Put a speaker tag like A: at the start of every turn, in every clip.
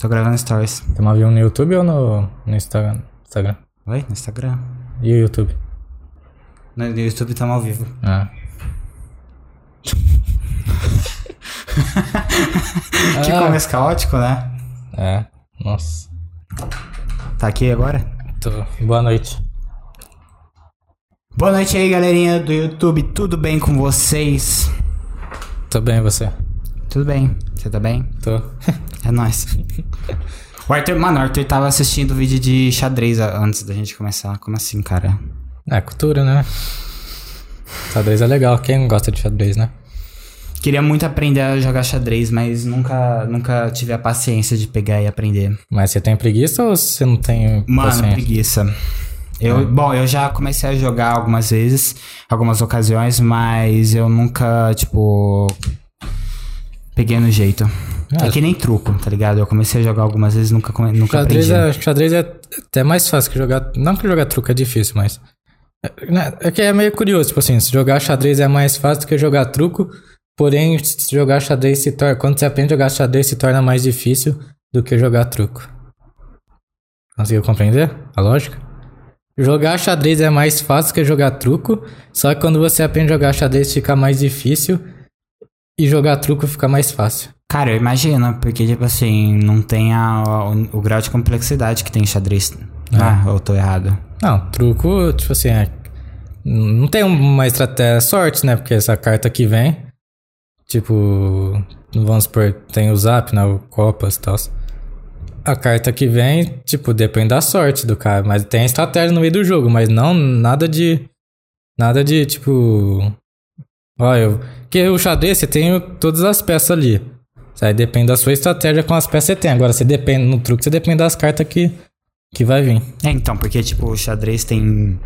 A: Tô gravando stories.
B: Tem um avião no YouTube ou no, no Instagram? Instagram?
A: Oi? No Instagram?
B: E o YouTube?
A: No no YouTube tamo ao vivo.
B: Ah.
A: Que
B: Ah.
A: começo caótico, né?
B: É. Nossa.
A: Tá aqui agora?
B: Tô- Boa noite.
A: Boa noite aí, galerinha do YouTube. Tudo bem com vocês?
B: Tô bem, e você?
A: Tudo bem. Você tá bem?
B: Tô.
A: É nóis. O Arthur, mano, o Arthur tava assistindo vídeo de xadrez a- antes da gente começar. Como assim, cara?
B: É, cultura, né? Xadrez é legal. Quem não gosta de xadrez, né?
A: Queria muito aprender a jogar xadrez, mas nunca, nunca tive a paciência de pegar e aprender.
B: Mas você tem preguiça ou você não tem
A: Mano,
B: paciência?
A: preguiça. Eu,
B: É.
A: Bom, eu já comecei a jogar algumas vezes, algumas ocasiões, mas eu nunca, tipo. Peguei no jeito. É,
B: É.
A: que nem truco, tá ligado? Eu comecei a jogar algumas vezes, nunca, come- nunca
B: Xadrez
A: aprendi.
B: é, xadrez é até mais fácil que jogar. Não que jogar truco é difícil, mas. É, né, é que é meio curioso, tipo assim, se jogar xadrez é mais fácil do que jogar truco, porém, se jogar xadrez se torna. Quando você aprende a jogar xadrez, se torna mais difícil do que jogar truco. Conseguiu compreender a lógica? Jogar xadrez é mais fácil que jogar truco, só que quando você aprende a jogar xadrez fica mais difícil e jogar truco fica mais fácil.
A: Cara, eu imagino, porque, tipo assim, não tem a- o, o grau de complexidade que tem xadrez.
B: É.
A: Ah, eu tô errado.
B: Não, truco, tipo assim, é- não tem uma estratégia, é sorte, né? Porque essa carta que vem, tipo, vamos supor, tem o Zap, né? O Copas e tal. A carta que vem, tipo, depende da sorte do cara, mas tem estratégia no meio do jogo, mas não nada de. Nada de, tipo. Ó, eu. Porque o xadrez, você tem o- todas as peças ali. Isso Aí depende da sua estratégia com as peças que você tem. Agora, você depende no truque, você depende das cartas que, que vai vir.
A: É, então, porque, tipo, o xadrez tem.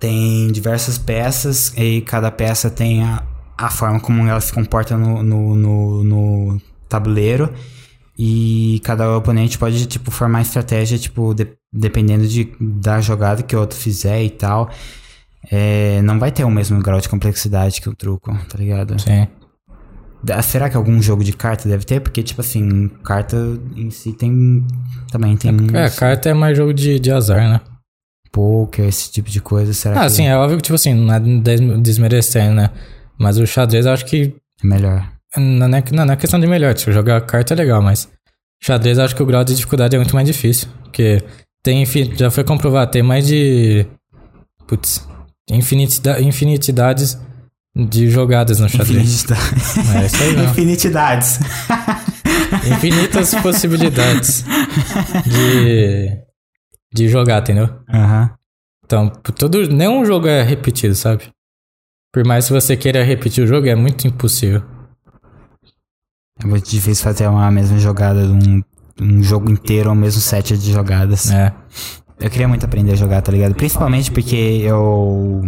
A: Tem diversas peças e cada peça tem a, a forma como ela se comporta no, no, no- no tabuleiro. E cada oponente pode, tipo, formar estratégia, tipo, de- dependendo de, da jogada que o outro fizer e tal. É, não vai ter o mesmo grau de complexidade que o truco, tá ligado?
B: Sim.
A: Da- Será que algum jogo de carta deve ter? Porque, tipo assim, carta em si tem. Também tem.
B: É,
A: uns-
B: carta é mais jogo de, de azar, né?
A: poker, esse tipo de coisa, será
B: Ah,
A: que
B: sim, é óbvio que, tipo assim, não é des- desmerecendo, né? Mas o xadrez eu acho que.
A: é melhor?
B: Não é, não não é questão de melhor, tipo, jogar carta é legal, mas. Xadrez eu acho que o grau de dificuldade é muito mais difícil. Porque tem. infi- Já foi comprovado, tem mais de. Putz. Infinitida, infinitidades de jogadas no xadrez.
A: Infinitidades.
B: É isso aí, mesmo.
A: Infinitidades.
B: Infinitas possibilidades de. de jogar, entendeu?
A: Aham.
B: Então, por todo, nenhum jogo é repetido, sabe? Por mais que você queira repetir o jogo, é muito impossível.
A: É muito difícil fazer uma mesma jogada, um, um jogo inteiro, um mesmo set de jogadas.
B: É.
A: Eu queria muito aprender a jogar, tá ligado? Principalmente porque eu.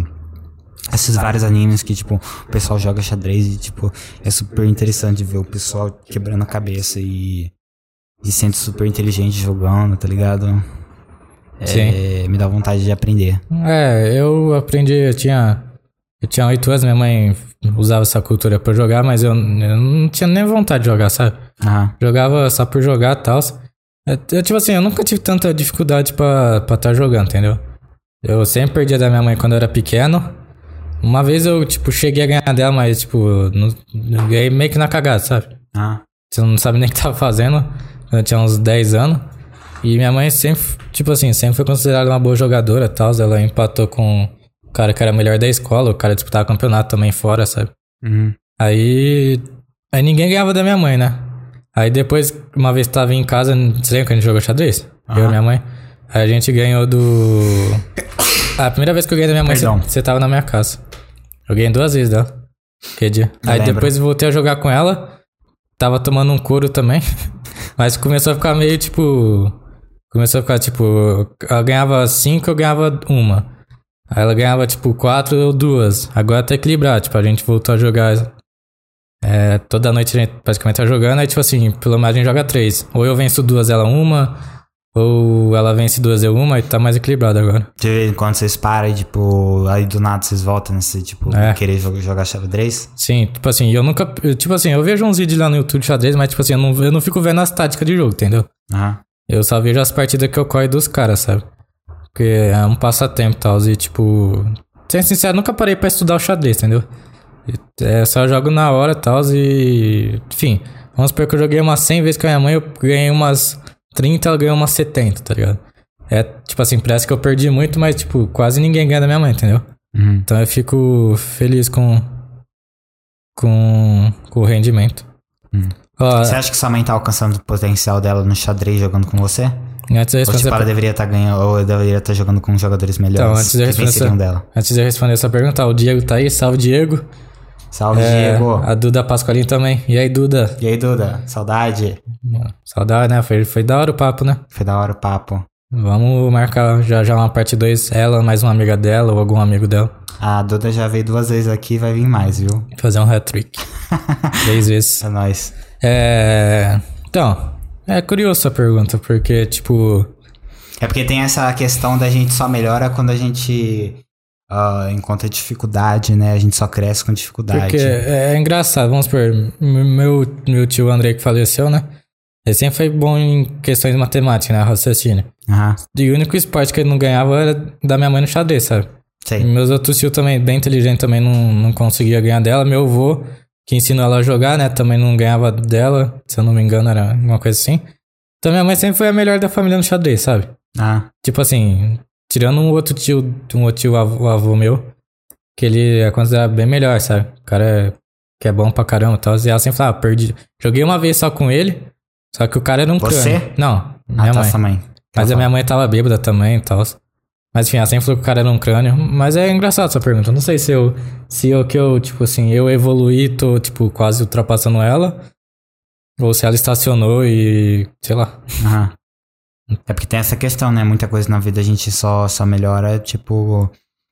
A: Esses vários animes que, tipo, o pessoal joga xadrez e, tipo, é super interessante ver o pessoal quebrando a cabeça e. e sendo super inteligente jogando, tá ligado? É, me dá vontade de aprender.
B: É, eu aprendi, eu tinha. Eu tinha oito anos, minha mãe usava essa cultura pra jogar, mas eu, eu não tinha nem vontade de jogar, sabe?
A: Aham.
B: Jogava só por jogar e tal. Eu, eu, tipo assim, eu nunca tive tanta dificuldade pra estar jogando, entendeu? Eu sempre perdia da minha mãe quando eu era pequeno. Uma vez eu, tipo, cheguei a ganhar dela, mas, tipo, não, eu ganhei meio que na cagada, sabe?
A: Ah.
B: Você não sabe nem o que tava fazendo. Eu tinha uns 10 anos. E minha mãe sempre, tipo assim, sempre foi considerada uma boa jogadora e tal. Ela empatou com o cara que era melhor da escola. O cara disputava campeonato também fora, sabe?
A: Uhum.
B: Aí. Aí ninguém ganhava da minha mãe, né? Aí depois, uma vez que tava em casa, você lembra que a gente jogou xadrez? Eu e minha mãe. Aí a gente ganhou do. A primeira vez que eu ganhei da minha mãe, você-
A: Perdão.
B: você tava na minha casa. Eu ganhei duas vezes dela. Que dia.
A: Eu
B: Aí
A: lembro.
B: depois eu voltei a jogar com ela. Tava tomando um couro também. Mas começou a ficar meio tipo. Começou a ficar tipo. Ela ganhava cinco, eu ganhava uma. Aí ela ganhava tipo quatro ou duas. Agora tá equilibrado. Tipo, a gente voltou a jogar. É, toda noite a gente praticamente tá jogando. Aí tipo assim, pelo menos a gente joga três. Ou eu venço duas, ela uma. Ou ela vence duas e uma e tá mais equilibrado agora.
A: De vez em quando vocês param e, tipo, aí do nada vocês voltam nesse, tipo,
B: É.
A: querer jogar, jogar xadrez.
B: Sim, tipo assim, eu nunca. eu, Tipo assim, eu vejo uns vídeos lá no YouTube de xadrez, mas tipo assim, eu não, eu não fico vendo as táticas de jogo, entendeu?
A: Aham.
B: Eu só vejo as partidas que ocorrem dos caras, sabe? Porque é um passatempo e tal. E tipo. Sendo sincero, nunca parei pra estudar o xadrez, entendeu? E, É, só jogo na hora e tal. E. Enfim, vamos supor que eu joguei umas 100 vezes com a minha mãe, eu ganhei umas 30, ela ganhou umas 70, tá ligado? É tipo assim, parece que eu perdi muito, mas tipo, quase ninguém ganha da minha mãe, entendeu?
A: Uhum.
B: Então eu fico feliz com. com, com o rendimento.
A: Hum.
B: Ó,
A: Você acha que sua mãe tá alcançando o potencial dela no xadrez jogando com você?
B: antes da
A: Ou tipo,
B: resposta-
A: ela deveria estar ganhando, ou deveria estar jogando com jogadores melhores
B: tá- Então, antes de
A: que
B: responder
A: venceriam
B: essa-
A: dela?
B: Antes de eu responder essa pergunta, o Diego tá aí, salve Diego.
A: Salve,
B: É,
A: Diego!
B: A Duda Pasqualini também. E aí, Duda?
A: E aí, Duda? Saudade?
B: Saudade, né? Foi, foi da hora o papo, né?
A: Foi da hora o papo.
B: Vamos marcar já já uma parte 2, ela, mais uma amiga dela ou algum amigo dela.
A: A Ah, Duda já veio duas vezes aqui e vai vir mais, viu?
B: Fazer um hat-trick. Três vezes.
A: É nóis.
B: É... Então, é curiosa essa pergunta, porque, tipo...
A: É porque tem essa questão da gente só melhora quando a gente ah, encontra dificuldade, né? A gente só cresce com dificuldade.
B: Porque é engraçado, vamos supor, m- meu, meu tio André que faleceu, né? Ele sempre foi bom em questões matemáticas, né? Raciocínio.
A: Aham,
B: E o único esporte que ele não ganhava era da minha mãe no xadrez, sabe? E
A: sei.
B: Meus outros tios também, bem inteligente, também não, não conseguia ganhar dela. Meu avô, que ensinou ela a jogar, né? Também não ganhava dela, se eu não me engano, era alguma coisa assim. Então minha mãe sempre foi a melhor da família no xadrez, sabe?
A: Ah,
B: Tipo assim, tirando um outro tio, um outro tio avô, o avô meu, que ele é considerado bem melhor, sabe? O cara é, que é bom pra caramba e tal. E ela sempre falava, ah, perdi. Joguei uma vez só com ele, só que o cara era um
A: Você?
B: crânio. Não, minha
A: ah tá,
B: mãe.
A: sua mãe.
B: Mas
A: Tá
B: a minha mãe tava bêbada também e tal. Mas enfim, ela sempre falou que o cara era um crânio. Mas é engraçado essa pergunta. Eu Não sei se eu. Se eu que eu, tipo assim, eu evoluí, tô, tipo, quase ultrapassando ela. Ou se ela estacionou e. sei lá.
A: Aham. É porque tem essa questão, né? Muita coisa na vida a gente só, só melhora, tipo,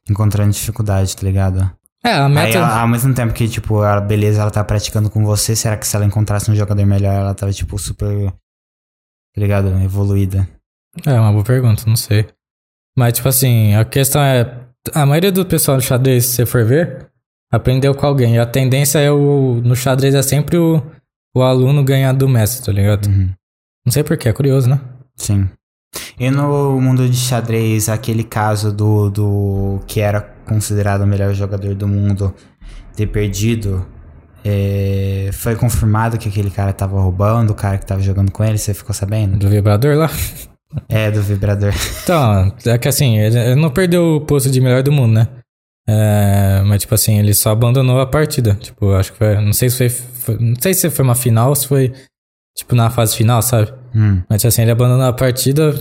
A: encontrando dificuldade, tá ligado?
B: É, a
A: Aí,
B: meta.
A: ela- ao mesmo tempo que, tipo, a beleza ela tá praticando com você, será que se ela encontrasse um jogador melhor, ela tava, tipo, super, tá ligado? Evoluída.
B: É uma boa pergunta, não sei. Mas, tipo assim, a questão é. A maioria do pessoal do xadrez, se você for ver, aprendeu com alguém. E a tendência é o. No xadrez é sempre o, o aluno ganhar do mestre, tá ligado?
A: Uhum.
B: Não sei porquê, é curioso, né?
A: Sim. E no mundo de xadrez, aquele caso do, do que era considerado o melhor jogador do mundo ter perdido, é, foi confirmado que aquele cara tava roubando, o cara que tava jogando com ele, você ficou sabendo?
B: Do vibrador lá.
A: É, do vibrador.
B: Então, é que assim, ele ele não perdeu o posto de melhor do mundo, né? É, mas, tipo assim, ele só abandonou a partida. Tipo, acho que foi. Não sei se foi, foi- Não sei se foi uma final ou se foi, tipo, na fase final, sabe?
A: Hum,
B: Mas, assim, ele abandonou a partida.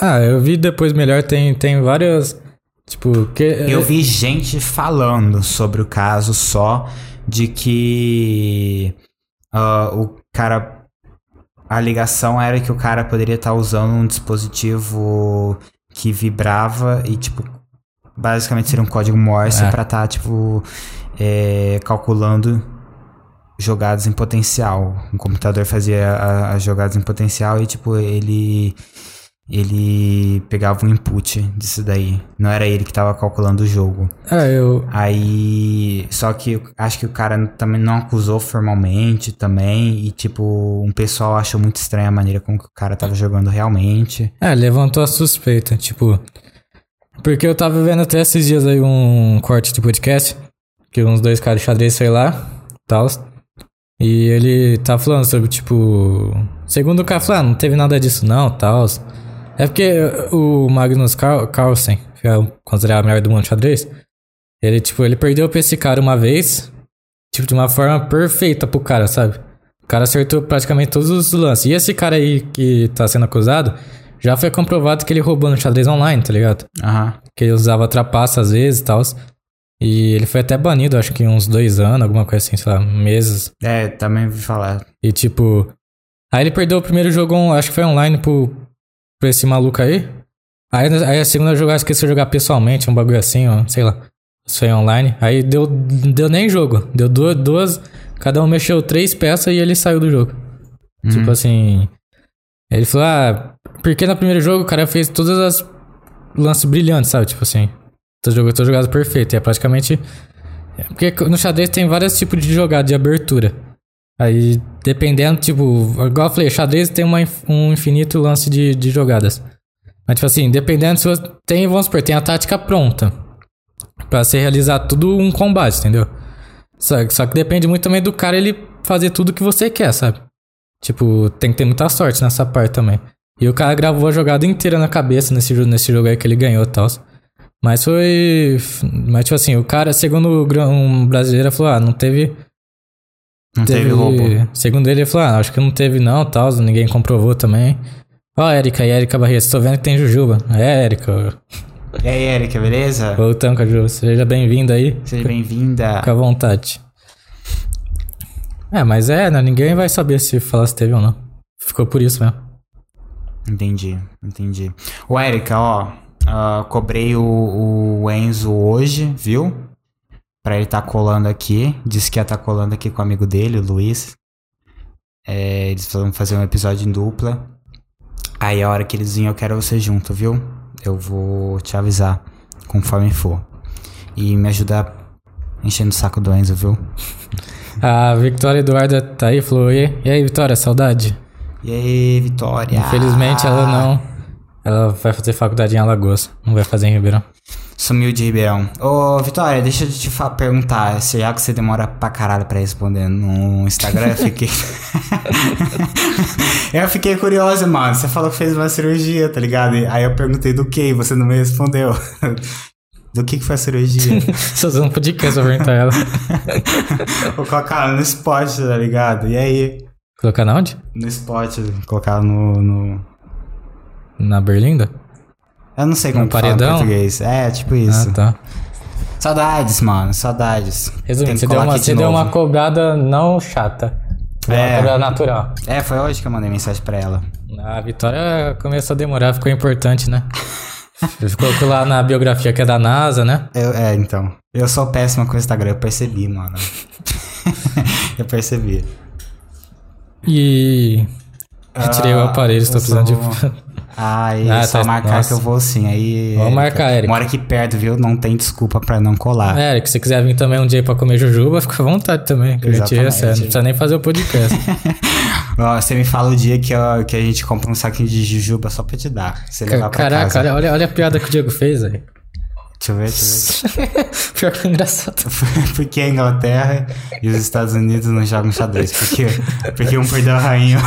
B: Ah, eu vi depois melhor, tem, tem várias. Tipo, que.
A: Eu vi gente falando sobre o caso só de que ah, o cara. A ligação era que o cara poderia estar usando um dispositivo que vibrava e, tipo, basicamente seria um código Morse
B: É.
A: pra estar, tipo, é, calculando jogadas em potencial. O computador fazia a- as jogadas em potencial e, tipo, ele ele pegava um input disso daí. Não era ele que tava calculando o jogo.
B: É, eu.
A: Aí, só que acho que o cara também não acusou formalmente também e tipo, um pessoal achou muito estranha a maneira como que o cara tava jogando realmente.
B: É, levantou a suspeita, tipo. Porque eu tava vendo até esses dias aí um corte de podcast, que uns dois caras de xadrez, sei lá, tal. E ele tá falando sobre, tipo. Segundo o cara falou, ah, não teve nada disso não, tal. É porque o Magnus Carl- Carlsen, que é o- considerado o melhor do mundo de xadrez, ele, tipo, ele perdeu pra esse cara uma vez, tipo, de uma forma perfeita pro cara, sabe? O cara acertou praticamente todos os lances. E esse cara aí que tá sendo acusado, já foi comprovado que ele roubou no xadrez online, tá ligado?
A: Aham.
B: Que ele usava trapaça às vezes e tal. E ele foi até banido, acho que uns dois anos, alguma coisa assim, sei lá, meses.
A: É, também vi falar.
B: E tipo. Aí ele perdeu o primeiro jogo, on- acho que foi online pro, pro esse maluco aí. Aí, aí a segunda jogada esqueceu de jogar pessoalmente, um bagulho assim, ó, sei lá. Isso aí online. Aí deu, deu nem jogo. Deu duas, duas. Cada um mexeu três peças e ele saiu do jogo. Tipo assim. Ele falou, ah, porque no primeiro jogo o cara fez todas as lances brilhantes, sabe? Tipo assim, tô jogando, tô jogado perfeito. E é praticamente. é Porque no xadrez tem vários tipos de jogada de abertura. Aí, dependendo, tipo, igual eu falei, o xadrez tem uma inf- um infinito lance de, de jogadas. Mas, tipo assim, dependendo se você tem, vamos supor, tem a tática pronta. Pra você realizar tudo um combate, entendeu? Só, só que depende muito também do cara ele fazer tudo que você quer, sabe? Tipo, tem que ter muita sorte nessa parte também. E o cara gravou a jogada inteira na cabeça nesse jogo, nesse jogo aí que ele ganhou e tal. Mas foi. Mas, tipo assim, o cara, segundo o gran- um brasileiro, falou: ah, não teve.
A: Não teve, roubo.
B: Segundo ele, ele falou: ah, acho que não teve não tal, ninguém comprovou também. Ó, a Erika, e a Erika Barreto, tô vendo que tem Jujuba. É, Erika,
A: E aí, Erika, beleza?
B: voltando com a Jujuba, seja bem-vinda aí.
A: Seja bem-vinda.
B: Fica à vontade. É, mas é, né? Ninguém vai saber se falar se teve ou não. Ficou por isso mesmo.
A: Entendi, entendi. Ô, Erika, ó, ah, cobrei o, o Enzo hoje, viu? Pra ele tá colando aqui. Disse que ia tá colando aqui com o amigo dele, o Luiz. É, eles vão fazer um episódio em dupla. Aí a hora que eles vinham, eu quero você junto, viu? Eu vou te avisar conforme for. E me ajudar enchendo o saco do Enzo, viu?
B: A Victoria Eduarda tá aí, falou: e, e aí, Vitória, saudade?
A: E aí, Vitória?
B: Infelizmente ela não. Ela vai fazer faculdade em Alagoas, não vai fazer em Ribeirão.
A: Sumiu de Ribeirão. Ô, Vitória, deixa eu te fa- perguntar. se Já que você demora pra caralho pra responder no Instagram, eu fiquei. eu fiquei curiosa, mano. Você falou que fez uma cirurgia, tá ligado? E Aí eu perguntei do que e você não me respondeu. Do que, que foi a cirurgia?
B: Só não podia que perguntar ela.
A: Vou colocar no spot, tá ligado? E aí?
B: Colocar na onde?
A: No spot, colocar no. no...
B: Na Berlinda? Ah,
A: Eu não sei como
B: No
A: que fala em
B: paredão?
A: português. É, tipo isso.
B: Ah, tá.
A: Saudades, mano, saudades. Tem
B: Resumindo,
A: que
B: você, deu
A: colar
B: uma,
A: aqui de
B: você deu
A: novo.
B: uma cobrada não chata. Deu
A: É.
B: Uma cobrada natural.
A: É, foi hoje que eu mandei mensagem pra ela.
B: A Vitória começou a demorar, ficou importante, né? ficou lá na biografia que é da NASA, né?
A: Eu- é, então. Eu sou péssima com o Instagram, eu percebi, mano. eu percebi.
B: E. Eu tirei o aparelho, estou
A: Ah, eu
B: precisando
A: sou- um
B: de.
A: Aí,
B: Ah,
A: só
B: tá-
A: marcar
B: nossa.
A: que eu vou sim. Aí.
B: Vamos marcar, Eric.
A: Mora aqui perto, viu? Não tem desculpa pra não colar.
B: É, Eric, se você quiser vir também um dia pra comer jujuba, fica à vontade também, que a gente
A: Exatamente.
B: recebe. Não precisa nem fazer o podcast.
A: Ó, Você me fala o dia que, ó, que a gente compra um saquinho de jujuba só pra te dar. Pra você levar pra
B: Caraca,
A: casa.
B: olha, olha, olha a piada que o Diego fez aí.
A: Deixa eu ver, deixa
B: Pior que é engraçado.
A: eu ver. Por que a Inglaterra e os Estados Unidos não jogam xadrez? Porque, porque um perdeu a rainha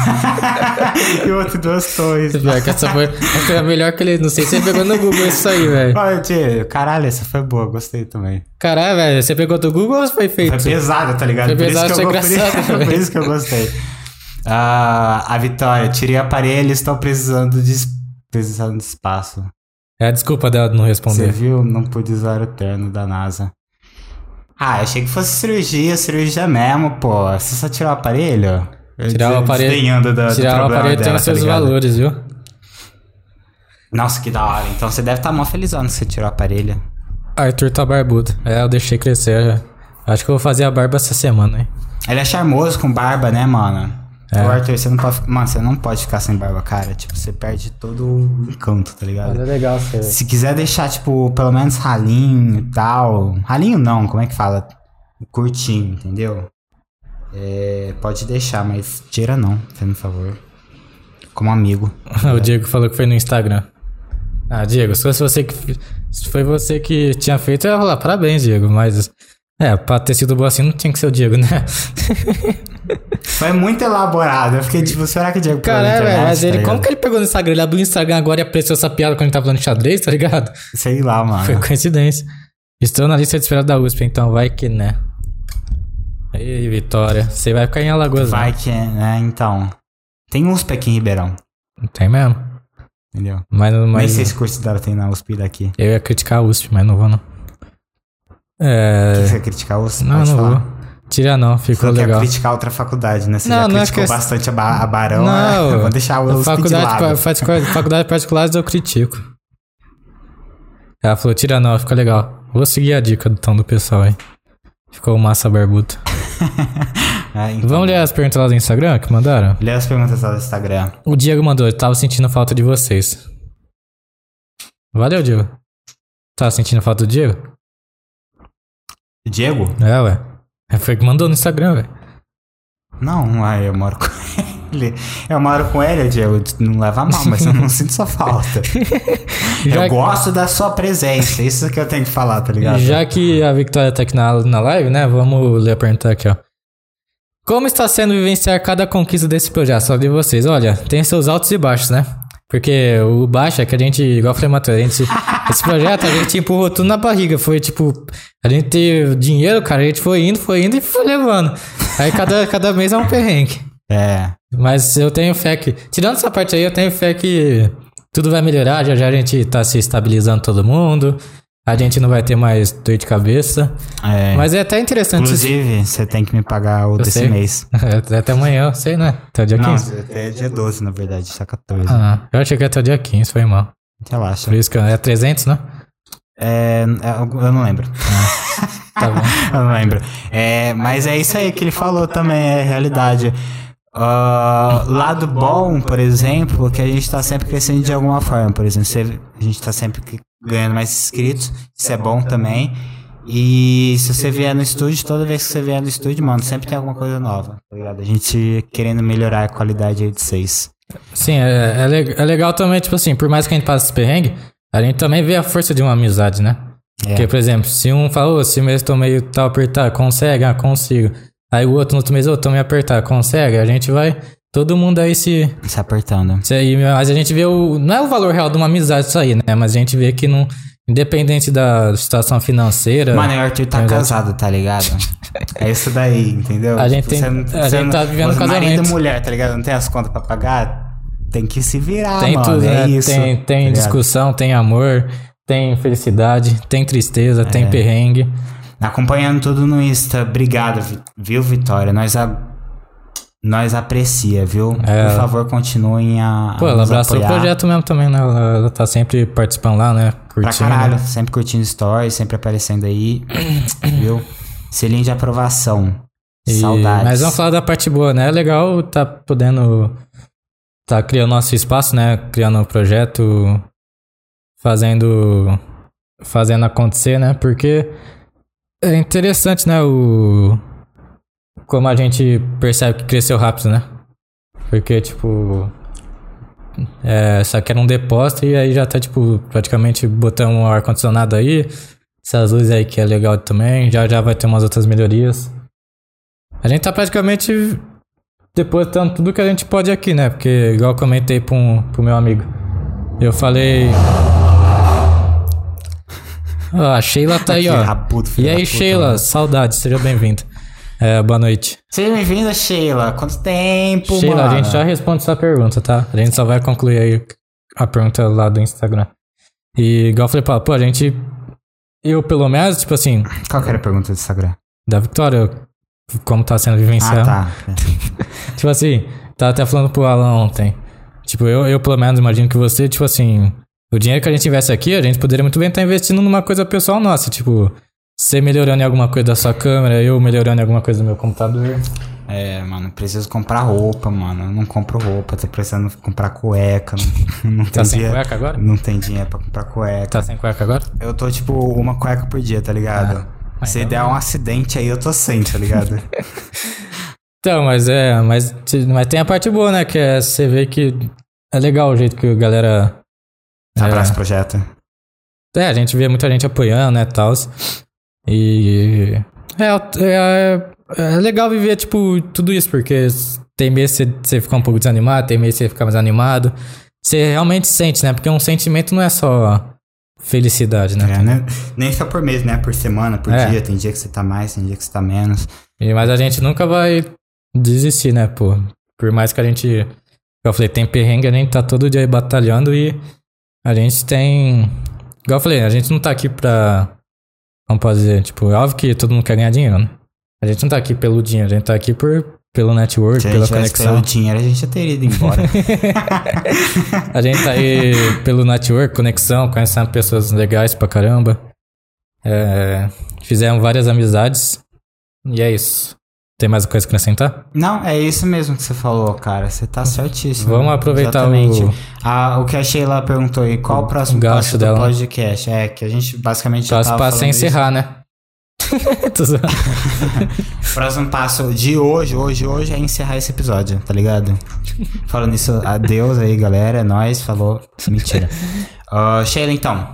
A: e o outro duas torres.
B: Pior que essa foi, essa foi a melhor que ele. Não sei se ele pegou no Google isso aí, velho.
A: Olha, tio, Ah, caralho, essa foi boa, gostei também.
B: Caralho, velho, você pegou do Google ou foi feito?
A: Foi pesada, tá ligado?
B: Foi pesado,
A: eu
B: achei
A: go- por
B: engraçado,
A: isso- por,
B: velho.
A: isso que eu gostei. Ah, a Vitória, tirei aparelho, estou precisando de, es- precisando de espaço.
B: É a desculpa dela de não
A: Você
B: responder.
A: viu? Não pude usar o terno da NASA. Ah, achei que fosse cirurgia, cirurgia mesmo, pô. Você só tirou o aparelho? Eu
B: Tirar o
A: des-
B: aparelho-
A: desdenhando da- do
B: Tirar o
A: problema
B: aparelho tem
A: dela,
B: os
A: tá
B: seus
A: ligado?
B: valores, viu?
A: Nossa, que da hora. Então você deve estar mó felizão que você tirou o aparelho.
B: Arthur tá barbudo. É, eu deixei crescer. Acho que eu vou fazer a barba essa semana, hein?
A: Ele é charmoso com barba, né, mano?
B: É.
A: O Arthur, você não pode. fi- Mano, você não pode ficar sem barba, cara. Tipo, você perde todo o encanto, tá ligado?
B: é legal você.
A: Se quiser deixar, tipo, pelo menos ralinho e tal. Ralinho não, como é que fala? Curtinho, entendeu? É, pode deixar, mas tira não, fazendo favor. Como amigo.
B: o Diego falou que foi no Instagram. Ah, Diego, se fosse você que. fi- Se foi você que tinha feito, eu ia falar, parabéns, Diego. Mas. É, pra ter sido boa assim não tinha que ser o Diego, né?
A: Foi muito elaborado. Eu fiquei tipo, será que o Diego pegou na
B: Caralho, velho,
A: internet,
B: é, mas
A: tá
B: ele.
A: ligado?
B: Como que ele pegou no Instagram? Ele abriu o Instagram agora e apreciou essa piada quando ele tava falando de xadrez, tá ligado?
A: Sei lá, mano.
B: Foi coincidência. Estou na lista de espera da USP, então vai que né. Aí, Vitória. Você vai ficar em Alagoas, né?
A: Vai que, né? Então. Tem USP aqui em Ribeirão,
B: Não tem mesmo.
A: entendeu?
B: Mas,
A: Nem
B: mas
A: sei se curso dela tem na USP daqui.
B: eu ia criticar a USP, mas não vou não. É.
A: Se você criticar os
B: Não, não vou. Tira não, ficou
A: Falou que é ia
B: legal.
A: criticar outra faculdade, né? Você
B: Não,
A: já
B: não é
A: criticou
B: que-
A: bastante a, ba a Barão,
B: Não,
A: né? Vou deixar o USP de
B: faculdade,
A: lado.
B: pa- facu- faculdade particulares eu critico. Ela falou, tira não, ficou legal. Vou seguir a dica do tom do pessoal aí. Ficou massa barbudo.
A: É, então,
B: Vamos ler as perguntas lá do Instagram que mandaram?
A: Lê as perguntas lá do Instagram.
B: O Diego mandou, eu tava sentindo falta de vocês. Valeu, Diego. Tava sentindo falta do Diego?
A: Diego?
B: É, ué. Foi que mandou no Instagram, velho.
A: Não, aí eu moro com ele. Eu moro com ele, Diego. Não leva a mal, mas eu não sinto sua falta.
B: Já-
A: Eu gosto da sua presença. Isso que eu tenho que falar, tá ligado?
B: Já que a Victoria tá aqui na, na live, né? Vamos ler a pergunta aqui, ó. Como está sendo vivenciar cada conquista desse projeto? Só de vocês. Olha, tem seus altos e baixos, né? Porque o baixo é que a gente, igual eu falei, Matheus, a gente, esse projeto a gente empurrou tudo na barriga. Foi tipo, a gente teve dinheiro, cara, a gente foi indo, foi indo e foi levando. Aí cada, cada mês é um perrengue.
A: É.
B: Mas eu tenho fé que. Tirando essa parte aí, eu tenho fé que tudo vai melhorar. Já já a gente tá se estabilizando todo mundo. A gente não vai ter mais dor de cabeça.
A: é.
B: Mas é até interessante. se-
A: Inclusive, você tem que me pagar o desse
B: sei.
A: mês.
B: É até amanhã, eu sei, né? Até o dia
A: Não,
B: 15.
A: é dia 12, na verdade, tá só 14.
B: Ah, eu achei que era até o dia 15, foi mal.
A: Relaxa.
B: Por isso que eu- é 300, né?
A: É, é, eu não lembro.
B: Tá bom.
A: Eu não lembro. É, mas é isso aí que ele falou também, é realidade. Ah, lado bom, por exemplo, que a gente tá sempre crescendo de alguma forma. Por exemplo, você- a gente tá sempre que- ganhando mais inscritos, isso é bom também. E se você vier no estúdio, toda vez que você vier no estúdio, mano, sempre tem alguma coisa nova, tá ligado? A gente querendo melhorar a qualidade aí de vocês.
B: Sim, é, é, le- é legal também, tipo assim, por mais que a gente passe esse perrengue, a gente também vê a força de uma amizade, né?
A: É.
B: Porque, por exemplo, se um falou, esse mês tô meio tal apertado, consegue? Ah, consigo. Aí o outro no outro mês, eu tô meio apertado, consegue? A gente vai, todo mundo aí se...
A: Se apertando.
B: se aí, mas a gente vê o... Não é o valor real de uma amizade isso aí, né? Mas a gente vê que não... Independente da situação financeira...
A: Mano, e o Arthur tá
B: Exato.
A: casado, tá ligado? É isso daí, entendeu?
B: A gente
A: Tipo,
B: tem-
A: você não-
B: a
A: você
B: gente
A: não-
B: tá vivendo
A: você Marido
B: casamento.
A: e mulher, tá ligado? Não tem as contas pra pagar? Tem que se virar,
B: tem
A: mano.
B: tudo,
A: é
B: né?
A: isso.
B: tem
A: tá
B: tem
A: ligado?
B: discussão, tem amor, tem felicidade, tem tristeza,
A: É.
B: tem perrengue.
A: Acompanhando tudo no Insta. Obrigado, Vi- viu, Vitória? Nós, a... Nós aprecia, viu?
B: É.
A: Por favor, continuem a.
B: Pô,
A: a
B: ela
A: nos
B: abraçou o
A: apoiar.
B: projeto mesmo também, né? Ela, ela tá sempre participando lá, né?
A: Pra
B: Curtindo.
A: caralho. Sempre curtindo stories, sempre aparecendo aí. viu? Selinho de aprovação.
B: E-
A: Saudades.
B: Mas vamos falar da parte boa, né? É legal tá podendo. Tá criando nosso espaço, né? Criando o projeto. Fazendo. Fazendo acontecer, né? Porque é interessante, né? O. Como a gente percebe que cresceu rápido, né? Porque, tipo. É, isso aqui era um depósito e aí já tá, tipo, praticamente botamos um ar-condicionado aí. Essas luzes aí que é legal também. Já já vai ter umas outras melhorias. A gente tá praticamente depositando tudo que a gente pode aqui, né? Porque, igual eu comentei pro, pro meu amigo, eu falei. Ó, a Sheila tá aí,
A: Que
B: ó.
A: rabudo, filho
B: E
A: da
B: aí,
A: puta, né?
B: Sheila, saudade, seja bem-vinda. É, boa noite.
A: Seja bem-vinda, Sheila. Quanto tempo,
B: Sheila,
A: Tipo, mano?
B: a gente já responde sua pergunta, tá? A gente só vai concluir aí a pergunta lá do Instagram. E igual eu falei pra ela, pô, a gente. Eu, pelo menos, tipo assim,
A: Qual que era a pergunta do Instagram?
B: da Vitória, como tá sendo vivenciado.
A: Ah, tá.
B: Tipo assim, tava até falando pro Alan ontem. Tipo, eu, eu pelo menos imagino que você, tipo assim, o dinheiro que a gente investe aqui, a gente poderia muito bem estar investindo numa coisa pessoal nossa. Tipo, você melhorando em alguma coisa da sua câmera, eu melhorando em alguma coisa do meu computador.
A: É, mano, preciso comprar roupa, mano. Eu não compro roupa, tô precisando comprar cueca. Não, não
B: Tá
A: tem
B: sem
A: dinheiro.
B: cueca agora?
A: Não tem dinheiro pra comprar cueca.
B: Tá sem cueca agora?
A: Eu tô tipo uma cueca por dia, tá ligado?
B: Ah,
A: Se
B: então
A: der um acidente aí, eu tô sem, tá ligado?
B: Então, mas é, mas, te- mas tem a parte boa, né? Que é você vê que é legal o jeito que a galera.
A: Abraço, projeto.
B: É, a gente vê muita gente apoiando, né, tals. E... É, é, é legal viver, tipo, tudo isso, porque tem mês que você- você fica um pouco desanimado, tem mês que você fica mais animado. Você realmente sente, né? Porque um sentimento não é só felicidade, né?
A: É, né? Nem só por mês, né? Por semana, por
B: É.
A: dia. Tem dia que você tá mais, tem dia que você tá menos.
B: E- mas a gente nunca vai desistir, né, pô? Por mais que a gente. Eu falei, tem perrengue, a gente tá todo dia aí batalhando e a gente tem. Igual eu falei, a gente não tá aqui pra. Como posso dizer? Tipo, é óbvio que todo mundo quer ganhar dinheiro, né? A gente não tá aqui pelo dinheiro, a gente tá aqui por, pelo network,
A: Se a
B: pela
A: gente tivesse pelo
B: conexão.
A: dinheiro, a gente já teria ido embora.
B: A gente tá aí pelo network, conexão, conhecendo pessoas legais pra caramba. É, fizemos várias amizades. E é isso. Tem mais coisa a acrescentar?
A: Não, é isso mesmo que você falou, cara. Você tá certíssimo.
B: Vamos aproveitar
A: Exatamente.
B: o-
A: Ah, o que a Sheila perguntou aí, qual o próximo
B: gancho
A: passo
B: dela.
A: do podcast? É, que a gente basicamente já
B: Próximo
A: tava
B: passo é
A: falando isso.
B: encerrar, né? Tô zoando.
A: Próximo passo de hoje, hoje, hoje é encerrar esse episódio, tá ligado? Falando isso, adeus aí, galera. É nóis, falou. Mentira. Ah, Sheila, então.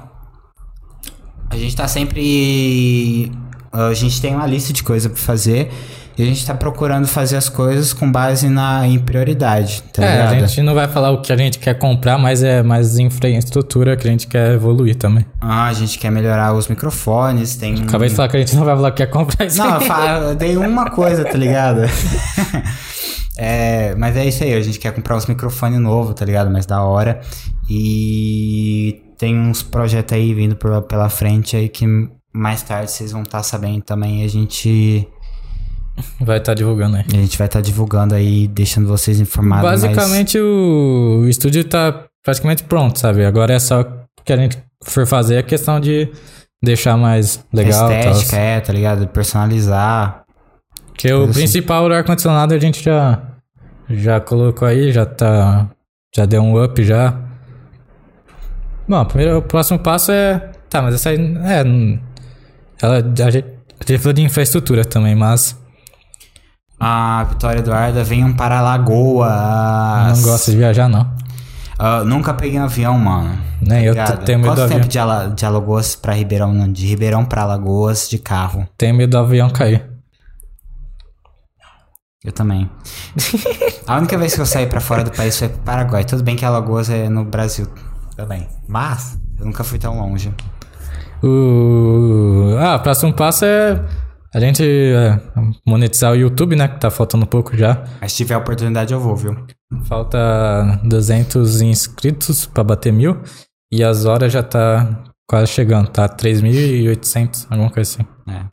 A: A gente tá sempre. A gente tem uma lista de coisa pra fazer. E a gente tá procurando fazer as coisas com base na, em prioridade, tá
B: é,
A: ligado?
B: a gente não vai falar o que a gente quer comprar, mas é mais infraestrutura que a gente quer evoluir também.
A: Ah, a gente quer melhorar os microfones, tem. um-
B: Acabei de falar que a gente não vai falar o que quer comprar isso.
A: Não, eu,
B: aí.
A: fa- eu dei uma coisa, tá ligado? É, mas é isso aí, a gente quer comprar uns microfones novos, tá ligado? Mais da hora. E tem uns projetos aí vindo por- pela frente aí que mais tarde vocês vão estar sabendo também. A gente,
B: Vai estar divulgando aí.
A: a gente vai estar divulgando aí, deixando vocês informados. mas-
B: Basicamente, o o estúdio tá praticamente pronto, sabe? Agora é só o que a gente for fazer é questão de deixar mais legal. e tal.
A: estética, é, tá ligado? Personalizar.
B: Porque o
A: Isso.
B: principal do ar-condicionado a gente já, já colocou aí, já tá. Já deu um up já. Bom, primeiro, o próximo passo é. Tá, mas essa aí. É. n- Ela, a, gente, a gente falou de infraestrutura também, mas.
A: A Vitória Eduarda, um venham para Lagoas.
B: Não gosta de viajar, não.
A: Ah, nunca peguei um avião, mano.
B: Nem eu
A: Obrigado.
B: t- tenho medo
A: Quanto
B: do
A: tempo
B: avião.
A: de, Ala de Alagoas pra Ribeirão, não? De Ribeirão pra Alagoas de carro.
B: Tenho medo do avião cair.
A: Eu também. a única vez que eu saí pra fora do país foi pro Paraguai. Tudo bem que Alagoas é no Brasil também. Mas eu nunca fui tão longe.
B: O... Ah, o próximo passo é a gente é, monetizar o YouTube, né? Que tá faltando um pouco já.
A: Mas se tiver oportunidade, eu vou, viu?
B: Falta 200 inscritos pra bater mil. E as horas já tá quase chegando. Tá 3.800, alguma coisa assim.
A: É.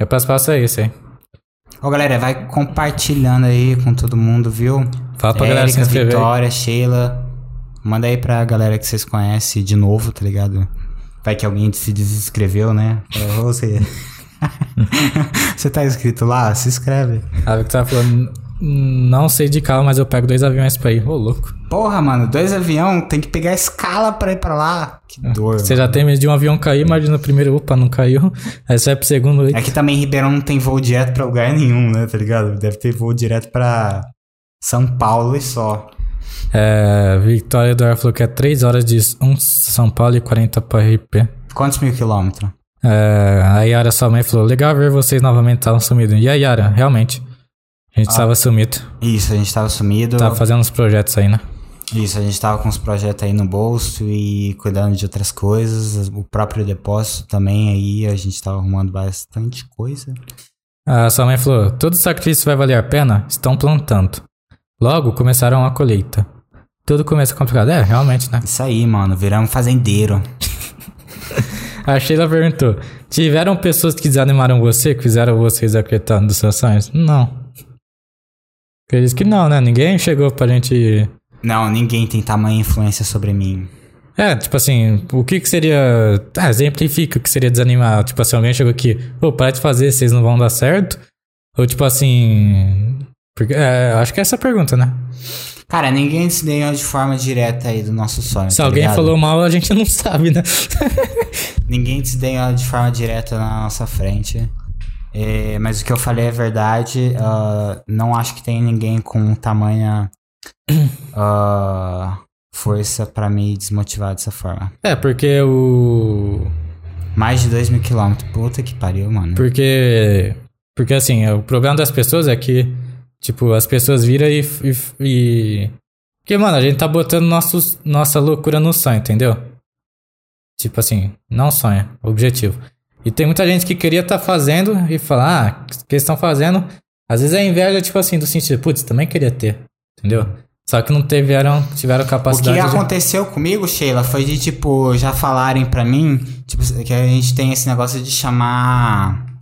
B: E o próximo passo é esse aí.
A: Ô, galera, vai compartilhando aí com todo mundo, viu?
B: Fala pra galera se
A: Érica,
B: inscrever aí.
A: Vitória, Sheila. Manda aí pra galera que vocês conhecem de novo, tá ligado? Vai que alguém se desinscreveu, né? Fala, "Ô, Você, você tá inscrito lá? Se inscreve.
B: A Victoria falou: "N- Não sei de carro, mas eu pego dois aviões pra ir. Ô, louco.
A: Porra, mano, dois avião, tem que pegar a escala pra ir pra lá. Que
B: É.
A: dor.
B: Você já tem medo de um avião cair, imagina o primeiro, opa, não caiu. Aí você vai pro segundo.
A: Aqui É também em Ribeirão não tem voo direto pra lugar nenhum, né? Tá ligado? Deve ter voo direto pra São Paulo e só.
B: É, Victoria Eduardo falou que é 3 horas de um São Paulo e 40 para RP.
A: Quantos mil quilômetros?
B: É, a Yara, sua mãe, falou: Legal ver vocês novamente, estavam sumidos. E a Yara, realmente. A gente estava sumido.
A: Isso, a gente tava sumido.
B: Tava fazendo uns projetos aí, né?
A: Isso, a gente tava com os projetos aí no bolso e cuidando de outras coisas. O próprio depósito também aí, a gente tava arrumando bastante coisa.
B: A sua mãe falou: Todo sacrifício vai valer a pena? Estão plantando. Logo começaram a colheita. Tudo começa complicado. É, realmente, né?
A: Isso aí, mano, viramos fazendeiro.
B: A Sheila perguntou: Tiveram pessoas que desanimaram você, que fizeram vocês acreditar dos seus sonhos? Não. Acredito que não, né? Ninguém chegou pra gente
A: Não, ninguém tem tamanha influência sobre mim.
B: É, tipo assim, o que que seria. Ah, exemplifica o que seria desanimar. Tipo assim, alguém chegou aqui, pô, para de fazer, vocês não vão dar certo? Ou tipo assim. Porque, é, acho que é essa a pergunta, né?
A: Cara, ninguém se deu de forma direta aí do nosso sonho.
B: Se
A: tá
B: alguém
A: ligado?
B: falou mal, a gente não sabe, né?
A: Ninguém desdenhou de forma direta na nossa frente. É, mas o que eu falei é verdade. ah, não acho que tem ninguém com tamanha ah, força pra me desmotivar dessa forma.
B: É, porque o.
A: Mais de 2 mil quilômetros. Puta que pariu, mano.
B: Porque. Porque assim, o problema das pessoas é que, tipo, as pessoas viram e. e, e- Porque, mano, a gente tá botando nossos, nossa loucura no sonho, entendeu? Tipo assim, não sonho, objetivo. E tem muita gente que queria tá fazendo e falar, ah, o que eles estão fazendo. Às vezes é inveja, tipo assim, do sentido, putz, também queria ter, entendeu? Só que não tiveram, tiveram
A: O que
B: capacidade. de-
A: aconteceu comigo, Sheila, foi de, tipo, já falarem pra mim, tipo, que a gente tem esse negócio de chamar.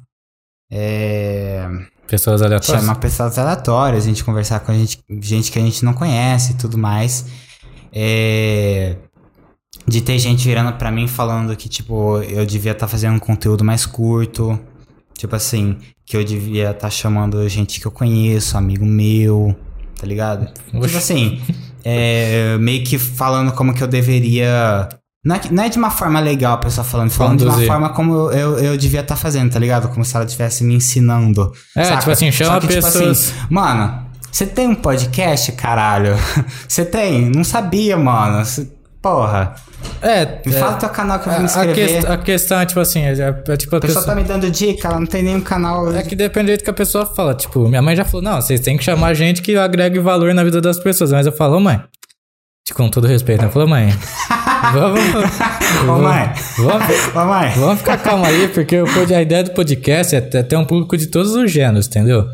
A: É.
B: Pessoas aleatórias.
A: chamar pessoas aleatórias, a gente conversar com a gente, gente que a gente não conhece e tudo mais. É, de ter gente virando pra tá mim falando que, tipo, eu devia estar fazendo um conteúdo mais curto. Tipo assim, que eu devia estar chamando gente que eu conheço, amigo meu, tá ligado?
B: Oxe.
A: Tipo assim, é, meio que falando como que eu deveria. Não é, que- não é de uma forma legal a pessoa falando, falando de
B: Conduzir.
A: uma forma como eu, eu, eu devia estar fazendo, tá ligado? Como se ela estivesse me ensinando.
B: É,
A: saca?
B: tipo assim, chama
A: Só que, tipo
B: pessoas-
A: assim, mano, você tem um podcast, caralho? Você tem? Não sabia, mano. Cê- porra.
B: É,
A: Me
B: é,
A: fala teu canal que eu vou me
B: a, a,
A: inscrever.
B: quest- a questão é tipo assim, é, é tipo a
A: A pessoa
B: pessoa.
A: tá me dando dica, ela não tem nenhum canal.
B: É que depende do jeito que a pessoa fala. Tipo, minha mãe já falou, não, vocês têm que chamar gente que agregue valor na vida das pessoas. Mas eu falo, ô mãe, te com todo respeito, né? Eu falo, mãe, vamos...
A: Ô, mãe.
B: Vamos,
A: Ô, mãe.
B: vamos ficar calma aí, porque o pod- a ideia do podcast é ter ter um público de todos os gêneros, entendeu?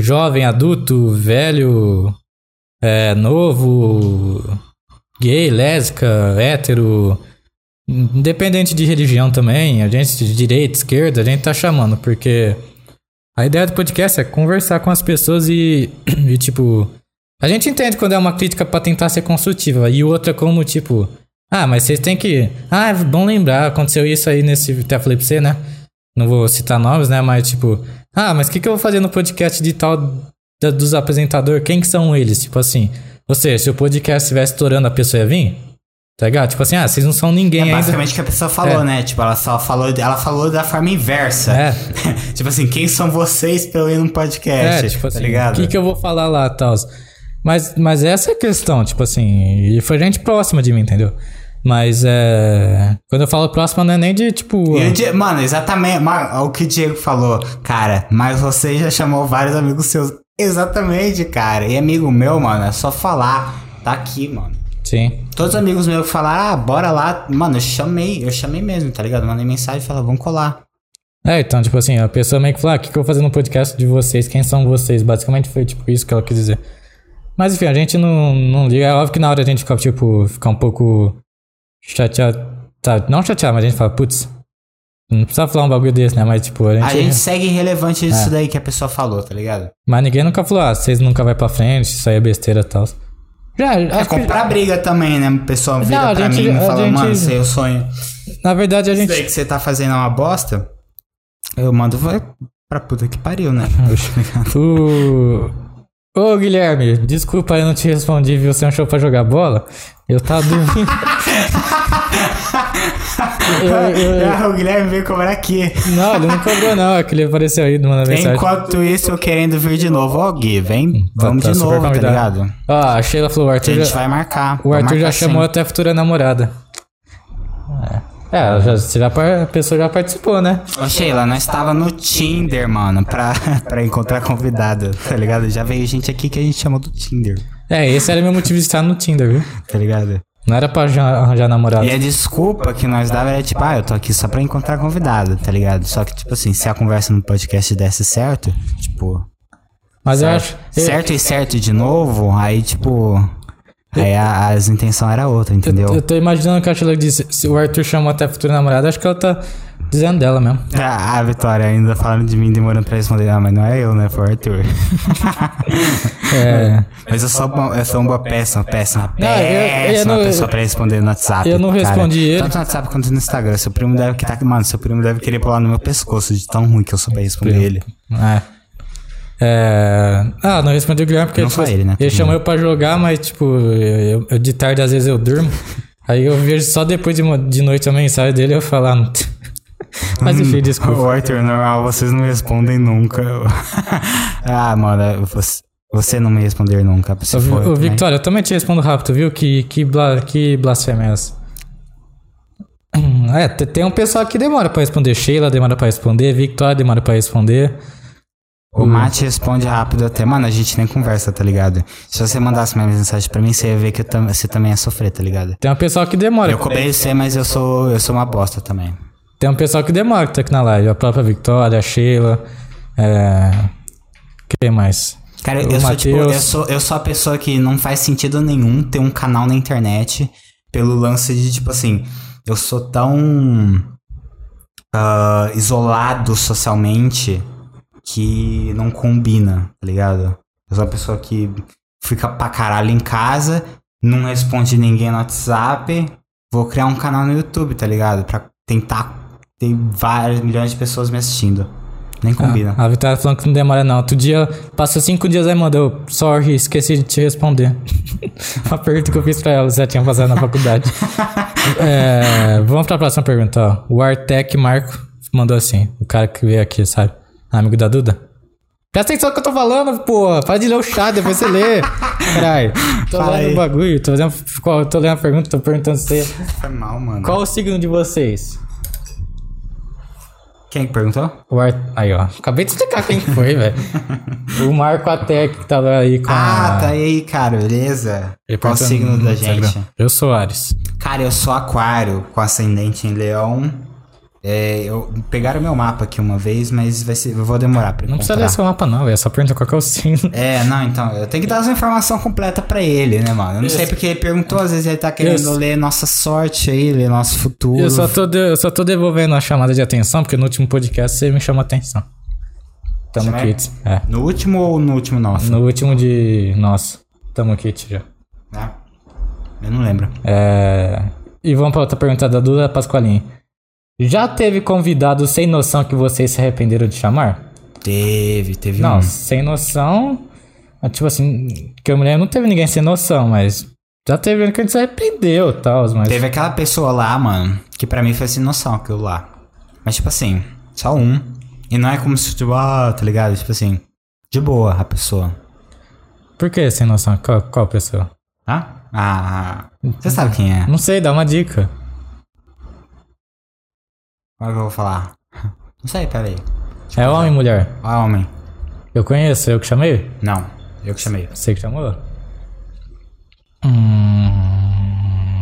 B: Jovem, adulto, velho, é, novo, gay, lésbica, hétero... Independente de religião também, a gente de direita, esquerda, a gente tá chamando, porque a ideia do podcast é conversar com as pessoas e, e, tipo. A gente entende quando é uma crítica pra tentar ser construtiva, e outra como, tipo, ah, mas vocês têm que. Ah, é bom lembrar, aconteceu isso aí nesse. Até falei pra você, né? Não vou citar nomes, né? Mas, tipo, ah, mas o que, que eu vou fazer no podcast de tal da- dos apresentadores? Quem que são eles? Tipo assim. Ou seja, se o podcast estivesse estourando, a pessoa ia vir? Tá ligado? Tipo assim, ah, vocês não são ninguém ainda.
A: É, Basicamente o que a pessoa falou,
B: É.
A: né? Tipo, ela só falou, ela falou da forma inversa.
B: É.
A: tipo assim, quem são vocês pra eu ir num podcast?
B: É, tipo assim,
A: tá ligado?
B: o que, que eu vou falar lá, tal. Mas, mas essa é a questão, tipo assim, e foi gente próxima de mim, entendeu? Mas é. Quando eu falo próxima, não é nem de tipo.
A: E o Di- Mano, exatamente. ma- o que o Diego falou, cara. Mas você já chamou vários amigos seus. Exatamente, cara. E amigo meu, mano, é só falar. Tá aqui, mano.
B: Sim.
A: Todos os amigos meus que falaram, ah, bora lá. Mano, eu chamei, eu chamei mesmo, tá ligado? Mandei mensagem e falei, vamos colar.
B: É, então, tipo assim, a pessoa meio que fala, ah, o que, que eu vou fazer no podcast de vocês? Quem são vocês? Basicamente foi tipo isso que ela quis dizer. Mas enfim, a gente não, não liga. É óbvio que na hora a gente fica, tipo, fica um pouco chateado. Tá, não chateado, mas a gente fala, putz, não precisa falar um bagulho desse, né? Mas tipo, a gente.
A: A gente segue irrelevante disso
B: É.
A: daí que a pessoa falou, tá ligado?
B: Mas ninguém nunca falou, ah, vocês nunca vai pra frente, isso aí é besteira e tal. Já,
A: É
B: acho que-
A: comprar briga também, né? A pessoa vira
B: Não, a
A: pra
B: gente-
A: mim e
B: a
A: fala,
B: gente-
A: mano, isso aí é o sonho.
B: na verdade a
A: Isso
B: gente.
A: daí que você tá fazendo é uma bosta, eu mando vai pra puta que pariu, né?
B: O... Ô Guilherme, desculpa eu não te respondi, viu? Você achou pra jogar bola? Eu tava dormindo. Eu- eu-
A: Ah, o Guilherme veio cobrar aqui.
B: Não, ele não cobrou, não. É que ele apareceu aí mandando mensagem.
A: Enquanto isso, eu querendo vir de novo. Ó, Gui, vem.
B: Tá-
A: Vamos
B: tá
A: de
B: super
A: novo, tá
B: convidado.
A: ligado?
B: Ó, a Sheila falou, o
A: A
B: Arthur
A: gente
B: já,
A: vai marcar.
B: o
A: vai
B: Arthur já
A: marcar
B: chamou
A: sim.
B: até a futura namorada. É, é ela já, você já par- a pessoa já participou, né?
A: Ô, Sheila, nós tava no Tinder, mano, pra, pra encontrar convidado, tá ligado? Já veio gente aqui que a gente chamou do Tinder,
B: É, esse era meu motivo de estar no Tinder, viu?
A: tá ligado?
B: Não era pra já- arranjar namorado.
A: E a desculpa que nós dava era tipo, ah, eu tô aqui só pra encontrar convidado, tá ligado? Só que, tipo assim, se a conversa no podcast desse certo, tipo,
B: Mas eu acho. eu-
A: certo e certo de novo, aí, tipo, aí a- as intenções era outra, entendeu?
B: Eu tô imaginando que a Sheila disse: se o Arthur chamou até a futura namorada, acho que ela tá dizendo dela mesmo.
A: Ah, a Vitória ainda falando de mim, demorando pra responder. Ah, mas não é eu, né? Foi o Arthur.
B: É.
A: mas eu sou, bom, eu sou uma boa péssima, péssima,
B: Não, eu- eu
A: péssima
B: não-
A: pessoa pra responder no WhatsApp.
B: eu não
A: cara.
B: respondi ele.
A: Tanto no WhatsApp quanto no Instagram. Seu primo deve que tá. Mano, seu primo deve querer pular no meu pescoço de tão ruim que eu sou pra responder ele.
B: é. É. Ah, não respondi o Guilherme porque
A: Não
B: tipo,
A: só ele, né?
B: ele chamou eu pra jogar, mas tipo, eu, eu- de tarde às vezes eu durmo. Aí eu vejo só depois de, mo- de noite a mensagem dele eu falo. "Ah, não tem."
A: Hum,
B: Mas enfim, desculpa.
A: O Arthur, normal, vocês não me respondem nunca. ah, mano, você, você não me responder nunca. Se
B: Ô, Vi-
A: for,
B: Ô,
A: né?
B: Victoria, eu também te respondo rápido, viu? Que, que, bla, que blasfêmia é essa? É, te- tem um pessoal que demora pra responder. Sheila demora pra responder, Victoria demora pra responder.
A: O Mate responde rápido até. Mano, a gente nem conversa, tá ligado? Se você mandasse uma mensagem pra mim, você ia ver que eu tam- você também ia sofrer, tá ligado?
B: Tem um pessoal que demora.
A: Eu cobrei você, mas eu sou, eu sou uma bosta também.
B: Tem um pessoal que demora que tá aqui na live. A própria Victoria, a Sheila. É... Quem mais?
A: Cara,
B: O
A: eu sou, tipo, eu,
B: Matheus.
A: sou, eu sou a pessoa que não faz sentido nenhum ter um canal na internet pelo lance de, tipo assim, eu sou tão ah, isolado socialmente que não combina, tá ligado? Eu sou uma pessoa que fica pra caralho em casa, não responde ninguém no WhatsApp, vou criar um canal no YouTube, tá ligado? Pra tentar ter vários milhões de pessoas me assistindo.
B: Ah.
A: Nem combina.
B: A, a Vitória tá falando que não demora, não. Outro dia, passou cinco dias aí, mandou. Sorry, esqueci de te responder. Uma pergunta que eu fiz pra ela, você já tinha passado na faculdade. É, vamos pra próxima pergunta, ó. O Artec Marco mandou assim. O cara que veio aqui, sabe? Amigo da Duda. Presta atenção no que eu tô falando, porra. Para de ler o chat, depois você lê. Caralho. Tô
A: Fala
B: lendo
A: aí.
B: o bagulho, tô, fazendo, qual- tô lendo a pergunta, tô perguntando se
A: Foi mal, mano.
B: Qual o signo de vocês?
A: Quem é que perguntou?
B: O Ar... Aí, ó. Acabei de explicar quem que foi, velho. O Marco Atec que tava aí com
A: Ah,
B: a...
A: tá aí, cara, beleza?
B: Ele
A: Qual o
B: perguntou
A: signo
B: no
A: da gente?
B: Instagram. Eu sou Ares.
A: Cara, eu sou aquário, com ascendente em leão. É, eu, pegaram meu mapa aqui uma vez, mas vai ser, eu vou demorar pra
B: Não precisa
A: encontrar.
B: ler seu mapa, não, velho. Só pergunta qual que é o signo.
A: É, não, então, eu tenho que dar as informações completas pra ele, né, mano? Eu não sei porque ele perguntou, às vezes ele tá querendo
B: Isso.
A: ler nossa sorte aí, ler nosso futuro.
B: Eu só, tô de- eu só tô devolvendo a chamada de atenção, porque no último podcast você me chamou atenção. Tamo
A: Sério?
B: kit. É.
A: No último ou no último nosso?
B: No último de. Nossa. Tamo kit já.
A: Né? Eu não lembro.
B: É... E vamos pra outra pergunta da Duda Pasqualini. Já teve convidado sem noção que vocês se arrependeram de chamar?
A: Teve, teve
B: Não,
A: um.
B: sem noção. ah, Tipo assim, que eu me lembro, não teve ninguém sem noção, mas. Já teve um que a gente se arrependeu e tal, mas.
A: Teve aquela pessoa lá, mano, que pra mim foi sem noção aquilo lá. Mas, tipo assim, só um. E não é como se, tipo, ah, tá ligado? Tipo assim, de boa a pessoa.
B: Por que sem noção? Qual, qual pessoa?
A: Hã? Ah, você sabe quem é.
B: Não sei, dá uma dica.
A: Agora que eu vou falar. Não sei, peraí.
B: É homem, mulher?
A: Ó, homem.
B: Eu conheço, eu que chamei?
A: Não, eu que chamei.
B: Você que chamou? Hum...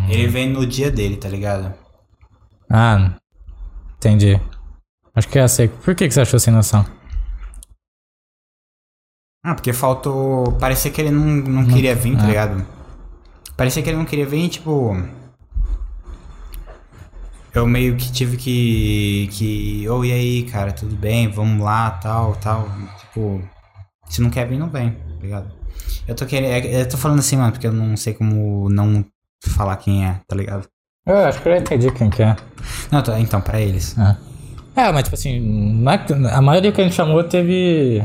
A: Ele vem no dia dele, tá ligado?
B: Ah, entendi. Acho que é a seco. Por que, que você achou sem noção?
A: Ah, porque faltou. Parecia que ele não, não queria vir, tá ligado? Parecia que ele não queria vir, tipo. Eu meio que tive que. que. Ô, e aí, cara, tudo bem? Vamos lá, tal, tal. Tipo. Se não quer vir, não vem, tá ligado? Eu tô querendo. Eu tô falando assim, mano, porque eu não sei como não falar quem é, tá ligado?
B: Eu acho que eu já entendi quem que é.
A: Não, tô- então, pra eles.
B: Ah. É, mas tipo assim, não é que- a maioria que a gente chamou teve.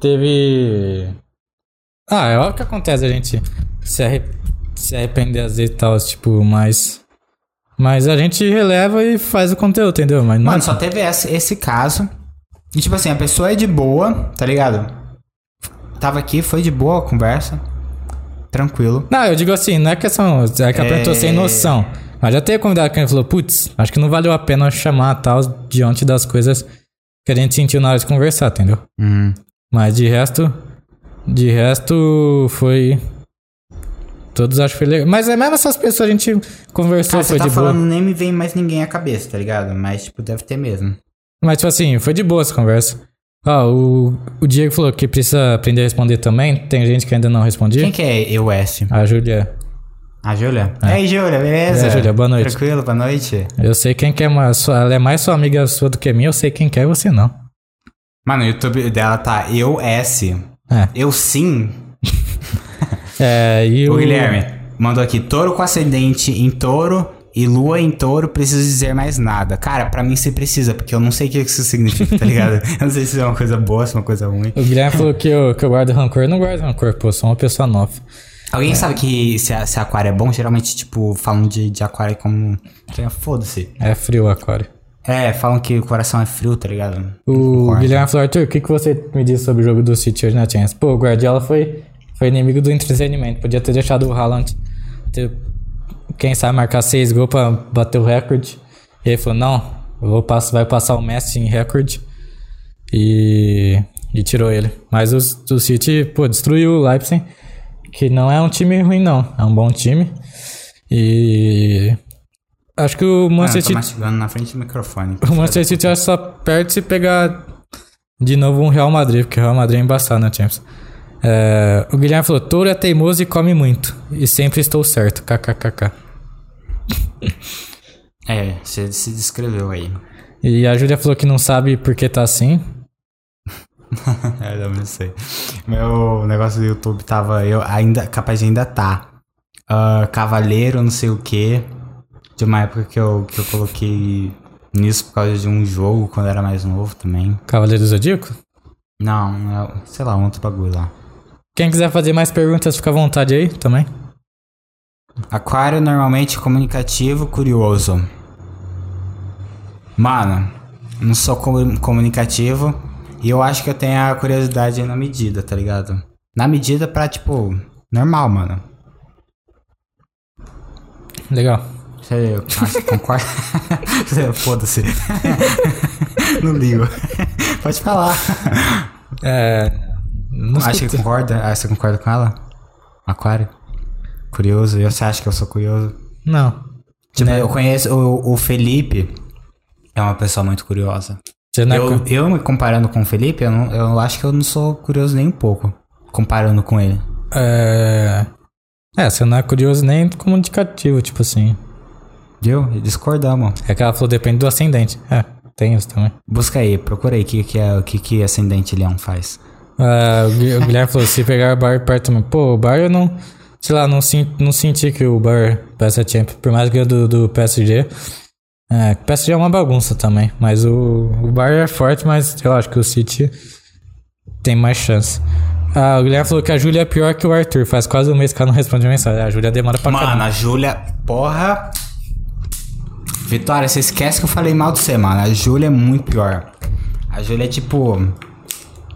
B: Teve. Ah, é óbvio que acontece a gente se, arre... se arrepender às vezes e tal, tipo, mas. Mas a gente releva e faz o conteúdo, entendeu? Mas não é
A: Mano, só teve esse, esse caso. E tipo assim, a pessoa é de boa, tá ligado? Tava aqui, foi de boa a conversa. Tranquilo.
B: Não, eu digo assim, não é questão. É que a
A: É.
B: pessoa sem noção. Mas já teve convidado que ele falou, putz, acho que não valeu a pena chamar tal diante das coisas que a gente sentiu na hora de conversar, entendeu? Hum.
A: Ah,
B: Mas de resto. De resto, foi. Todos acho que foi legal. Mas é mesmo essas pessoas a gente conversou,
A: Ah, você
B: foi
A: tá
B: de boa.
A: falando, nem me vem mais ninguém à cabeça, tá ligado? Mas, tipo, deve ter mesmo.
B: Mas, tipo assim, foi de boa essa conversa. Ah, o, o Diego falou que precisa aprender a responder também. Tem gente que ainda não respondia.
A: Quem que é eu S?
B: A Júlia.
A: A Júlia? Ei, Júlia, beleza?
B: É, Júlia, boa noite.
A: Tranquilo, boa noite.
B: Eu sei quem que é uma sua, ela é mais sua amiga sua do que minha, eu sei quem que é você não.
A: Mano, o YouTube dela tá eu S.
B: É.
A: Eu sim.
B: É, e o,
A: O Guilherme mandou aqui: touro com ascendente em touro. E lua em touro, preciso dizer mais nada. Cara, pra mim você precisa, porque eu não sei o que isso significa, tá ligado? eu não sei se é uma coisa boa, se é uma coisa ruim.
B: O Guilherme falou que eu, que eu guardo rancor. Eu não guardo rancor, pô, eu sou uma pessoa nova.
A: Alguém sabe que se, a- se aquário é bom? Geralmente, tipo, falam de, de aquário como. Foda-se.
B: É frio o aquário.
A: É, falam que o coração é frio, tá ligado?
B: O
A: Concordo.
B: Guilherme falou, Arthur, o que, que você me disse sobre o jogo do City hoje na Champions? Pô, o Guardiola foi, foi inimigo do entretenimento. Podia ter deixado o Haaland, ter, quem sabe, marcar seis gols pra bater o recorde. E ele falou, não, eu vou passo, vai passar o Messi em recorde. E, e tirou ele. Mas o, o City, pô, destruiu o Leipzig, que não é um time ruim, não. É um bom time. E... Acho que o
A: Mano, eu
B: Manchester
A: tô
B: City...
A: mastigando na frente do microfone.
B: O Manchester City eu acho que só perde se pegar de novo um Real Madrid, porque o Real Madrid é embaçado na Champions. É, o Guilherme falou: Touro é teimoso e come muito. E sempre estou certo. KKKK.
A: É, você se descreveu aí.
B: E a Júlia falou que não sabe por que tá assim.
A: é, eu não sei. Meu negócio do YouTube tava. Eu ainda. Capaz de ainda tá. Ah, Cavaleiro, não sei o quê. De uma época que eu, que eu coloquei nisso por causa de um jogo quando era mais novo também.
B: Cavaleiro do Zodíaco?
A: Não, é, sei lá, um outro bagulho lá.
B: Quem quiser fazer mais perguntas, fica à vontade aí também.
A: Aquário normalmente comunicativo, curioso. Mano, não sou comu- comunicativo e eu acho que eu tenho a curiosidade aí na medida, tá ligado? Na medida pra, tipo, normal, mano.
B: Legal.
A: Você ah, você concorda? Você- É, Foda-se. não ligo. Pode falar.
B: É. Não
A: Acho
B: sei-
A: que concorda? Ah, você concorda com ela? Aquário? Curioso? E Você acha que eu sou curioso?
B: Não.
A: Tipo,
B: Né?
A: eu conheço o, o Felipe. É uma pessoa muito curiosa.
B: Você não é
A: Eu,
B: cu-
A: eu me comparando com o Felipe, eu, não- eu acho que eu não sou curioso nem um pouco. Comparando com ele.
B: É. É, você não é curioso nem comunicativo, tipo assim.
A: Viu? Discordamos.
B: É que ela falou, depende do ascendente. É, tem isso também.
A: Busca aí, procura aí o que, que, é, o que, que ascendente leão faz.
B: Ah, o Gui- o Guilherme falou, se pegar o bar perto também. Pô, o bar eu não. Sei lá, não, sin- não senti que o bar peça champ, por mais que é do, do PSG. É, o PSG é uma bagunça também. Mas o, o bar é forte, mas eu acho que o City tem mais chance. Ah, o Guilherme falou que a Júlia é pior que o Arthur. Faz quase um mês que ela não responde mensagem. A Júlia demora pra
A: Mano, a Júlia, porra. Vitória, você esquece que eu falei mal de você, mano. A Júlia é muito pior. A Júlia é tipo.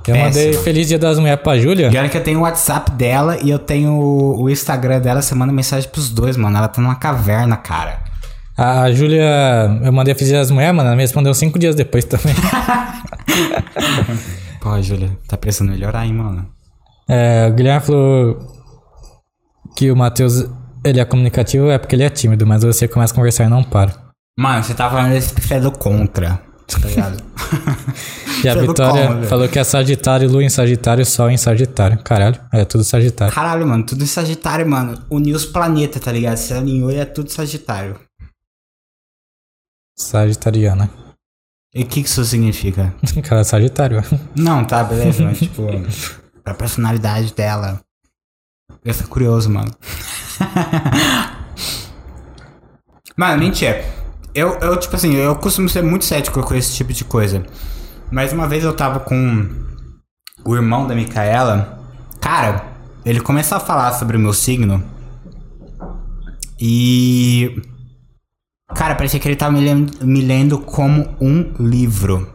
B: Eu mandei
A: péssimo.
B: Feliz Dia das Mulheres pra Júlia.
A: E olha que eu tenho o WhatsApp dela e eu tenho o o Instagram dela. Você manda mensagem pros dois, mano. Ela tá numa caverna, cara.
B: A, a Júlia, eu mandei Feliz Dia das Mulheres, mano. Ela me respondeu cinco dias depois também.
A: Porra, Júlia, tá precisando melhorar, hein, mano.
B: É, o Guilherme falou que o Matheus ele é comunicativo é porque ele é tímido, mas você começa a conversar e não para.
A: Mano, você tá falando desse pé do contra. Tá ligado?
B: E a
A: Pelo
B: Vitória
A: como, velho?
B: falou que é Sagitário, Lua em Sagitário, Sol em Sagitário. Caralho, é tudo Sagitário.
A: Caralho, mano, tudo em Sagitário, mano. Uniu os planetas, tá ligado? Se alinhou e é tudo Sagitário.
B: Sagitariana.
A: E o que, que isso significa?
B: Cara, é Sagitário.
A: Não, tá, beleza, mas tipo, pra personalidade dela. Eu fico curioso, mano. mano, mentira. Eu, eu, tipo assim, eu costumo ser muito cético com esse tipo de coisa. Mas uma vez eu tava com o irmão da Micaela. Cara, ele começou a falar sobre o meu signo. E. Cara, parecia que ele tava me lendo, me lendo como um livro.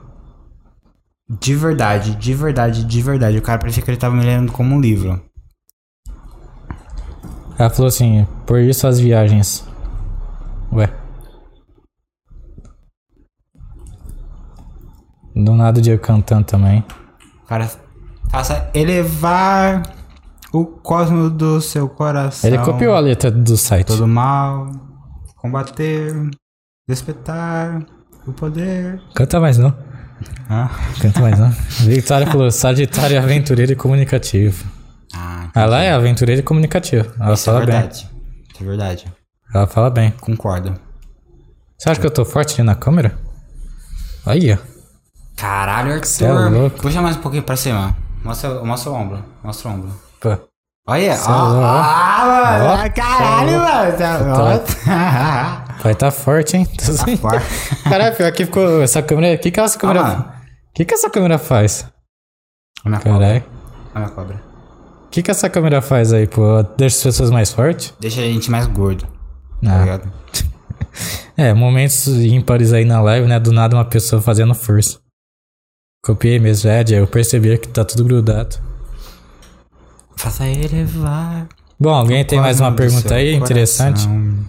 A: De verdade, de verdade, de verdade. O cara parecia que ele tava me lendo como um livro.
B: Ela falou assim, por isso as viagens. Ué. Do nada o Diego cantando também.
A: O cara faça elevar o cosmo do seu coração.
B: Ele copiou a letra do site.
A: Todo mal, combater, despertar o poder.
B: Canta mais não.
A: Ah,
B: Canta mais não. Victoria falou: Sagitário é aventureiro e comunicativo.
A: ah
B: Ela é aventureira e comunicativa. Ela
A: é
B: fala bem.
A: verdade. É verdade.
B: Ela fala bem.
A: Concordo.
B: Você acha que eu tô forte ali na câmera? Aí, ó.
A: Caralho,
B: Cê é
A: Arthur.
B: louco.
A: Puxa mais um pouquinho pra cima. Mostra, mostra o ombro. Mostra o ombro.
B: Pô.
A: Olha, ó,
B: é louco.
A: ah, mano,
B: Ó,
A: caralho, mano. é Tá, ó.
B: Vai tá forte, hein?
A: Tá forte.
B: Caralho, pior que ficou. Essa câmera. O que, que essa câmera.
A: Ah, mano.
B: O que, que essa câmera faz?
A: A minha cobra.
B: Caralho.
A: A minha cobra.
B: O que, que essa câmera faz aí, pô? Deixa as pessoas mais fortes?
A: Deixa a gente mais gordo. Tá
B: Ah.
A: ligado?
B: É, momentos ímpares aí na live, né? Do nada uma pessoa fazendo força. Copiei mesmo, é, Diego. Eu percebi que tá tudo grudado.
A: Faça elevar.
B: Bom, alguém tem mais uma
A: Cosmo do
B: pergunta
A: seu
B: aí interessante?
A: coração.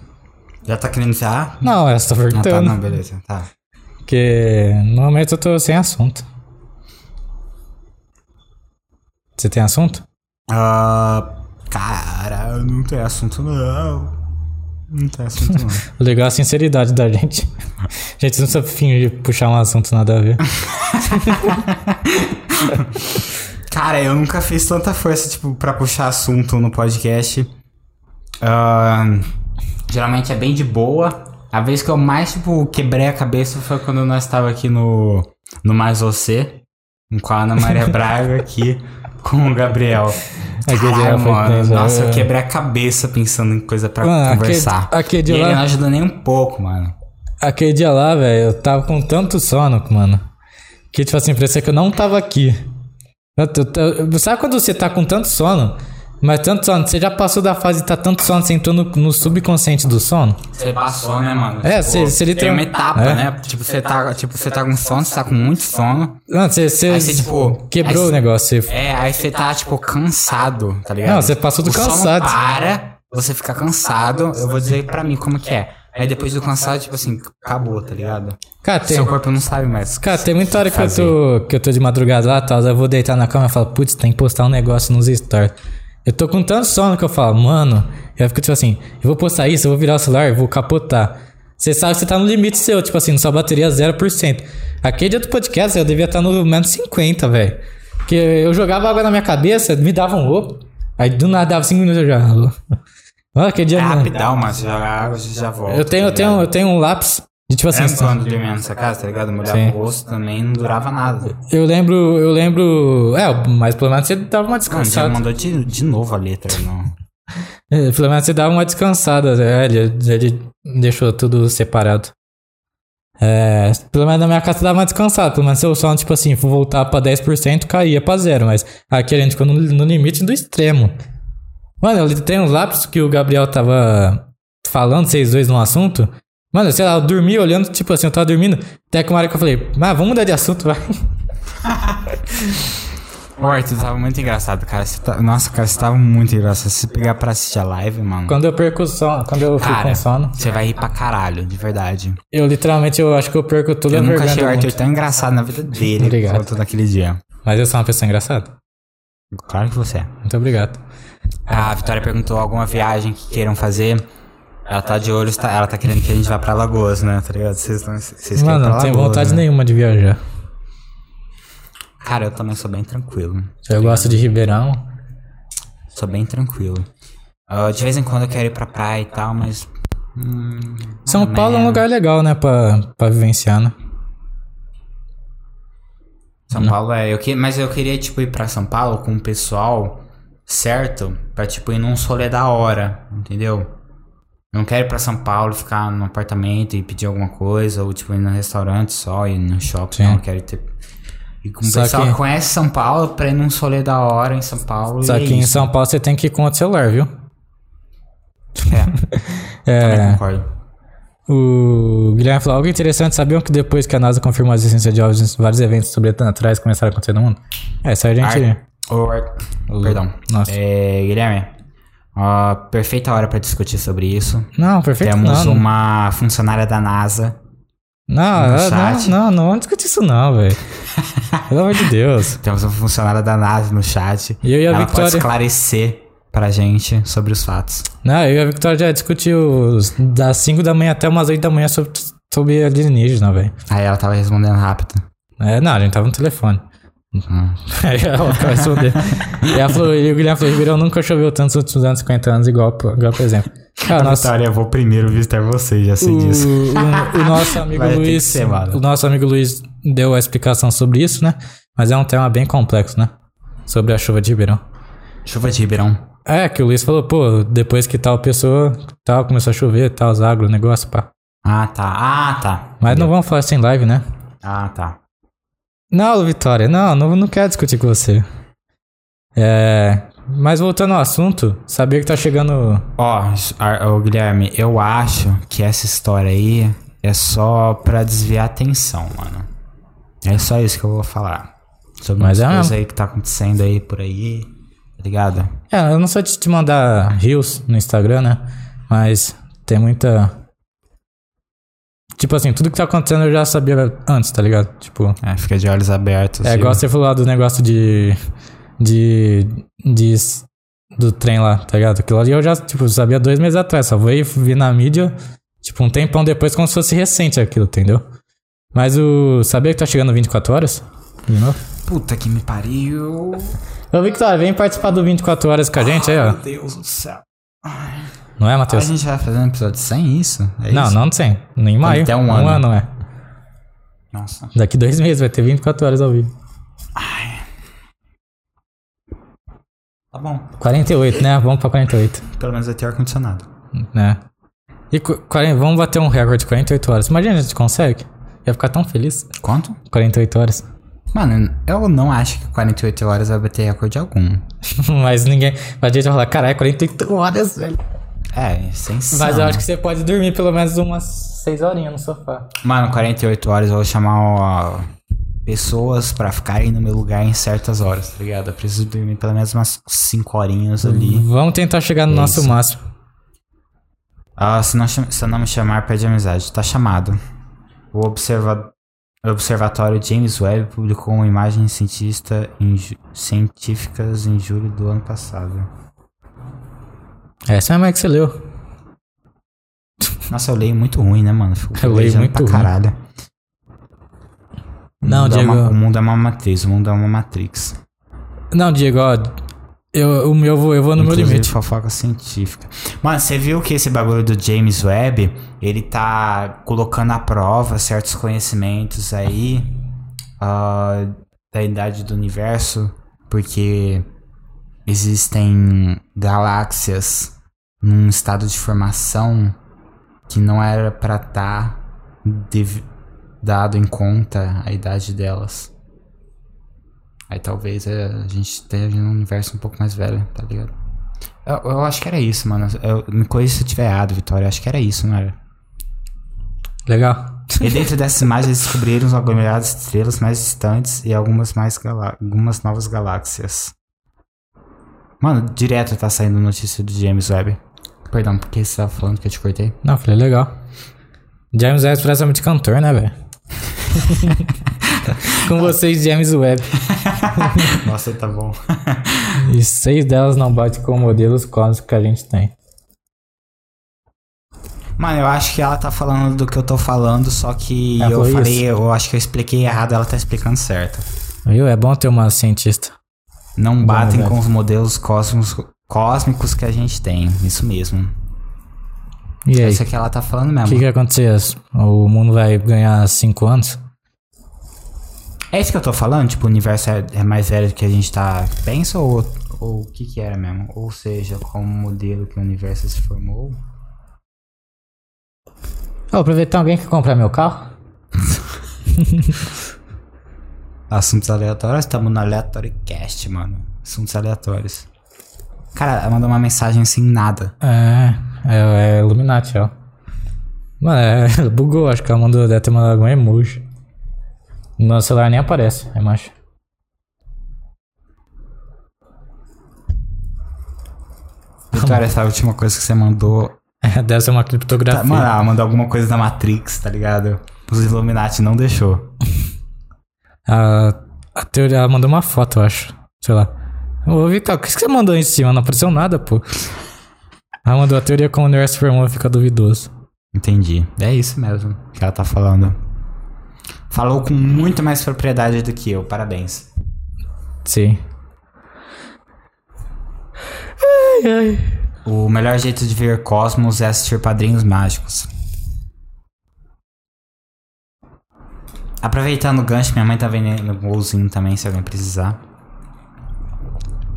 A: Já tá querendo encerrar?
B: Não, eu só
A: Ah, tá,
B: perguntando.
A: não, beleza. Tá.
B: Porque no momento eu tô sem assunto. Você tem assunto?
A: Ah, cara, não tem assunto não. Não tem assunto não.
B: O legal é a sinceridade da gente. A gente não precisa fingir puxar um assunto nada a ver.
A: cara, eu nunca fiz tanta força, tipo, pra puxar assunto no podcast. Ah, geralmente é bem de boa. A vez que eu mais, tipo, quebrei a cabeça foi quando nós estava aqui no, no Mais Você, com a Ana Maria Braga aqui, com o Gabriel.
B: Aquele dia
A: Caralho,
B: foi
A: mano,
B: tenso,
A: nossa,
B: é.
A: eu quebrei a cabeça pensando em coisa pra
B: Mano, aquele-
A: conversar.
B: aquele
A: e
B: dia
A: ele
B: lá-
A: não ajudou nem um pouco, mano.
B: Aquele dia lá, velho, eu tava com tanto sono, mano. Que, tipo assim, parecia que eu não tava aqui. Eu tô- eu- sabe quando você tá com tanto sono? Mas tanto sono, você já passou da fase de tá tanto sono, você entrou no, no subconsciente do sono?
A: Você passou, né, mano?
B: É, se- se ele tem-
A: uma etapa,
B: É.
A: né? Tipo, você tá, tipo, você tá com sono, você tá com muito sono.
B: Não, você, você,
A: Aí você, tipo,
B: É, quebrou
A: aí
B: o
A: você-
B: negócio. Você,
A: É, aí você tá, tipo, cansado, tá ligado?
B: Não, você passou do
A: o sono
B: cansado.
A: para, você fica cansado. Eu vou dizer pra mim como que é. Aí depois do cansado, tipo assim, acabou, tá ligado?
B: cara, tem,
A: Seu corpo não sabe mais.
B: cara, tem muita hora que eu, tô, que eu tô de madrugada lá, tal, eu vou deitar na cama e falo, putz, tem que postar um negócio nos stories. Eu tô com tanto sono que eu falo, mano, eu fico tipo assim, eu vou postar isso, eu vou virar o celular, eu vou capotar. Você sabe que você tá no limite seu, tipo assim, sua bateria é 0%. Aquele dia do podcast eu devia estar no menos 50, velho. Porque eu jogava água na minha cabeça, me dava um opo, aí do nada dava 5 minutos eu já. Olha, aquele dia.
A: É
B: mano.
A: rapidão, mas já água você já volta. tá É
B: Eu tenho, eu tenho, eu tenho um lápis. De, tipo assim,
A: Lembra quando eu dormia nessa casa, tá ligado? Molhava
B: Sim.
A: o rosto também, não durava nada.
B: eu lembro, eu lembro. É, mas pelo menos você dava
A: Não,
B: uma
A: ele
B: descansada.
A: mandou de, de novo a letra, não.
B: É, Pelo menos você dava uma descansada. É, ele, ele deixou tudo separado. É, pelo menos na minha casa dava uma descansada. Pelo menos seu sono, tipo assim, for voltar pra 10%, caía pra zero. Mas aqui a gente ficou no, no limite do extremo. Mano, eu tenho um lápis que o Gabriel tava falando, vocês dois, num assunto. Mano, sei lá, eu dormi olhando, tipo assim, eu tava dormindo. Até que uma hora que eu falei, ah, vamos mudar de assunto, vai.
A: Ô, Arthur, tava muito engraçado, cara. Você tá- Nossa, cara, você tava muito engraçado. Se você pegar pra assistir a live, mano.
B: Quando eu perco o sono, quando eu fico
A: Cara,
B: com sono,
A: você vai rir pra caralho, de verdade.
B: eu literalmente eu acho que eu perco toda
A: Eu
B: a
A: nunca
B: vergonha
A: achei o
B: do mundo.
A: Arthur tão engraçado na vida dele
B: Obrigado.
A: quanto naquele dia.
B: Mas eu sou uma pessoa engraçada.
A: Claro que você é.
B: Muito obrigado.
A: A Vitória perguntou alguma viagem que queiram fazer. Ela tá de olho, está- ela tá querendo que a gente vá pra Lagoas, né? Tá ligado? Vocês não- vocês querem
B: Mano,
A: pra
B: não tenho
A: Alagoas,
B: vontade
A: né?
B: nenhuma de viajar.
A: Cara, eu também sou bem tranquilo.
B: Eu gosto de Ribeirão.
A: Sou bem tranquilo. Ah, de vez em quando eu quero ir pra praia e tal, mas. hum,
B: São
A: ah,
B: Paulo é um
A: man.
B: lugar legal, né, pra, pra vivenciar, né?
A: São Paulo é. Eu que, mas eu queria, tipo, ir pra São Paulo com o pessoal certo pra, tipo, ir num solê da hora, entendeu? Não quero ir pra São Paulo ficar num apartamento e pedir alguma coisa, ou, tipo, ir num restaurante só, ir no shopping.
B: Sim.
A: Não, eu quero ter. E com o
B: Só
A: pessoal
B: que-
A: que conhece São Paulo pra ir num solê da hora em São Paulo.
B: Só
A: e é
B: que em
A: isso.
B: São Paulo você tem que ir com outro celular, viu?
A: Também
B: É.
A: concordo.
B: O Guilherme falou algo interessante. Sabiam que depois que a NASA confirmou a existência de ovnis, vários eventos sobre atrás começaram a acontecer no mundo? É, isso aí a gente.
A: Ar- Ô, Ar- Perdão.
B: Nossa.
A: É, Guilherme, ó, perfeita hora pra discutir sobre isso.
B: Não, perfeito.
A: Temos um
B: não,
A: uma funcionária da NASA.
B: Não,
A: no
B: não, não,
A: chat.
B: não, não vamos discutir isso não, velho. Pelo amor de Deus.
A: Temos uma funcionária da NASA no chat.
B: E eu e a
A: Ela pode
B: Victoria?
A: esclarecer pra gente sobre os fatos.
B: Não, eu e a Victoria já discutiu os- das 5 da manhã até umas 8 da manhã sobre, sobre alienígena, velho.
A: Aí ela tava respondendo rápido.
B: É, não, a gente tava no telefone.
A: Hum.
B: Aí ela ficava respondendo. e, ela falou, e o Guilherme falou, Ribeirão nunca choveu tanto nos últimos 250 anos, igual, por- igual por exemplo. Cara, o nosso,
A: Vitória, eu vou primeiro visitar você, já sei
B: Ah, o, o- o nosso amigo
A: Vai ter que
B: Luiz.
A: ser, mano.
B: o nosso amigo Luiz deu a explicação sobre isso, né? Mas é um tema bem complexo, né? Sobre a chuva de Ribeirão.
A: Chuva de Ribeirão.
B: É, que o Luiz falou, pô, depois que tal pessoa, tal, começou a chover, tal, os agro, negócio, pá.
A: Ah, tá. Ah, tá.
B: Mas não vamos falar isso em live, né?
A: Ah, tá.
B: Não, Vitória, não, não, não quero discutir com você. É. Mas voltando ao assunto, sabia que tá chegando.
A: Ó, Ar- ô, Guilherme, eu acho que essa história aí é só pra desviar a atenção, mano. É só isso que eu vou falar. Sobre
B: Mas
A: Mas
B: é
A: coisas
B: mesmo.
A: aí que tá acontecendo aí por aí, tá ligado?
B: É, eu não sou de te mandar rios no Instagram, né? Mas tem muita. Tipo assim, tudo que tá acontecendo eu já sabia antes, tá ligado? Tipo.
A: É, fica de olhos abertos.
B: É
A: viu?
B: igual você falou lá do negócio de. De. de s- do trem lá, tá ligado? Aquilo ali eu já, tipo, sabia dois meses atrás. Só vou ir vi na mídia, tipo, um tempão depois, como se fosse recente aquilo, entendeu? Mas o. Sabia que tá chegando 24 horas? De novo?
A: Puta que me pariu.
B: Ô, Victor, tá, vem participar do 24 horas com a gente aí, ó.
A: Ah, Meu Deus do céu.
B: Não é,
A: A
B: Matheus?
A: gente vai fazer um episódio sem isso? É
B: não,
A: isso?
B: não tem. Em maio.
A: até um ano.
B: ano, é.
A: Nossa.
B: Daqui dois meses vai ter 24 horas ao vivo.
A: Tá bom.
B: 48, né? Vamos pra 48.
A: Tá né? Pelo menos vai ter ar-condicionado.
B: né? E qu- quarenta- vamos bater um recorde de 48 horas. Imagina, a gente consegue? Ia ficar tão feliz.
A: Quanto?
B: 48 horas.
A: Mano, eu não acho que 48 horas vai bater recorde algum.
B: Mas ninguém. Vai adiante falar, caralho, é 48 horas, velho.
A: É, sem
B: Mas eu acho que você pode dormir pelo menos umas 6 horinhas no sofá.
A: Mano, 48 horas eu vou chamar ó, pessoas pra ficarem no meu lugar em certas horas, tá ligado? Eu preciso dormir pelo menos umas 5 horinhas ali.
B: Vamos tentar chegar
A: É
B: no nosso máximo.
A: Ah, se, não, cham- se eu não me chamar, perde a amizade. Tá chamado. O observa- Observatório James Webb publicou uma imagem cientista em ju- científicas em julho do ano passado.
B: Essa é a mais que você leu.
A: Nossa, eu leio muito ruim, né, mano? Fico
B: Eu leio
A: beijando
B: muito
A: pra
B: ruim.
A: caralho. O
B: Não,
A: mundo é
B: Diego.
A: uma- o mundo é uma matriz, o mundo é uma matrix.
B: Não, Diego, ó. Eu, o meu, eu vou- eu vou no meu
A: Inclusive,
B: limite.
A: fofoca científica. Mano, você viu que esse bagulho do James Webb, ele tá colocando à prova certos conhecimentos aí ah, da idade do universo, porque existem galáxias num estado de formação que não era pra estar dado em conta a idade delas. Aí talvez é, a gente esteja num universo um pouco mais velho, tá ligado? Eu, eu acho que era isso, mano. Eu, me corrija se eu tiver errado, Vitória. Eu acho que era isso, não era?
B: Legal.
A: E dentro dessa imagem eles descobriram os aglomerados de estrelas mais distantes e algumas, mais galá- algumas novas galáxias. Mano, direto tá saindo notícia do James Webb. Perdão, por que você tava falando que eu te cortei?
B: Não, falei, legal. James Webb praticamente cantor, né, velho?
A: Ah.
B: Com vocês, James Webb.
A: Nossa, tá bom.
B: E seis delas não batem com modelos cósmicos que a gente tem.
A: Mano, eu acho que ela tá falando do que eu tô falando, só que
B: Ela
A: eu
B: falou
A: falei, eu acho que eu expliquei errado, ela tá explicando certo.
B: Viu? É bom ter uma cientista.
A: Não batem
B: verdade.
A: com os modelos cosmos, cósmicos que a gente tem. Isso mesmo.
B: E aí?
A: Isso é que ela tá falando
B: O
A: mesmo.
B: que, que vai acontecer? O mundo vai ganhar 5 anos?
A: É isso que eu tô falando? Tipo, o universo é, é mais velho do que a gente tá. Pensa ou, ou o que que era mesmo? Ou seja, como modelo que o universo se formou?
B: Ô, aproveitar alguém que comprar meu carro?
A: Assuntos aleatórios? Estamos no Aleatório Cast, mano. Assuntos aleatórios. Cara, ela mandou uma mensagem assim, nada.
B: É, é, é Illuminati, ó. Mano, é, bugou, acho que ela mandou, deve ter mandado algum emoji. No meu celular nem aparece, é macho.
A: Vitória, essa última coisa que você mandou.
B: Deve ser uma criptografia.
A: Tá, mano, ela mandou alguma coisa da Matrix, tá ligado? Os Illuminati não deixou.
B: A, a teoria, ela mandou uma foto, eu acho. Sei lá. Ô, Vitor, o que você mandou em cima? Não apareceu nada, pô. Ela mandou a teoria como o universo formou fica duvidoso.
A: Entendi. É isso mesmo que ela tá falando. Falou com muito mais propriedade do que eu, parabéns.
B: Sim. Ai, ai.
A: O melhor jeito de ver Cosmos é assistir Padrinhos Mágicos. Aproveitando o gancho, minha mãe tá vendendo golzinho também, se alguém precisar.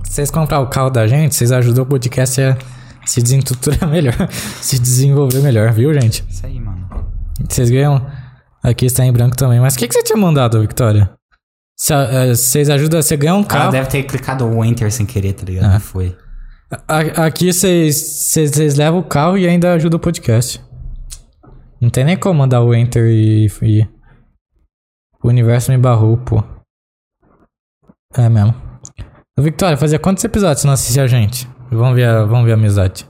B: Se vocês comprar o carro da gente, vocês ajudam o podcast a se desentuturar melhor. se desenvolver melhor, viu, gente?
A: Isso aí, mano.
B: Vocês ganham. Aqui está em branco também. Mas o que, que você tinha mandado, Victoria? Se a- eh, Vocês ajudam, você ganha um
A: Ela
B: carro.
A: deve ter clicado o Enter sem querer, tá ligado? Não Foi.
B: A- Aqui vocês vocês- vocês levam o carro e ainda ajuda o podcast. Não tem nem como mandar o enter e, e- O universo me barrou, pô. É mesmo. Ô, Victoria, fazia quantos episódios você não assistia a gente? Vamos ver a, vamos ver a amizade.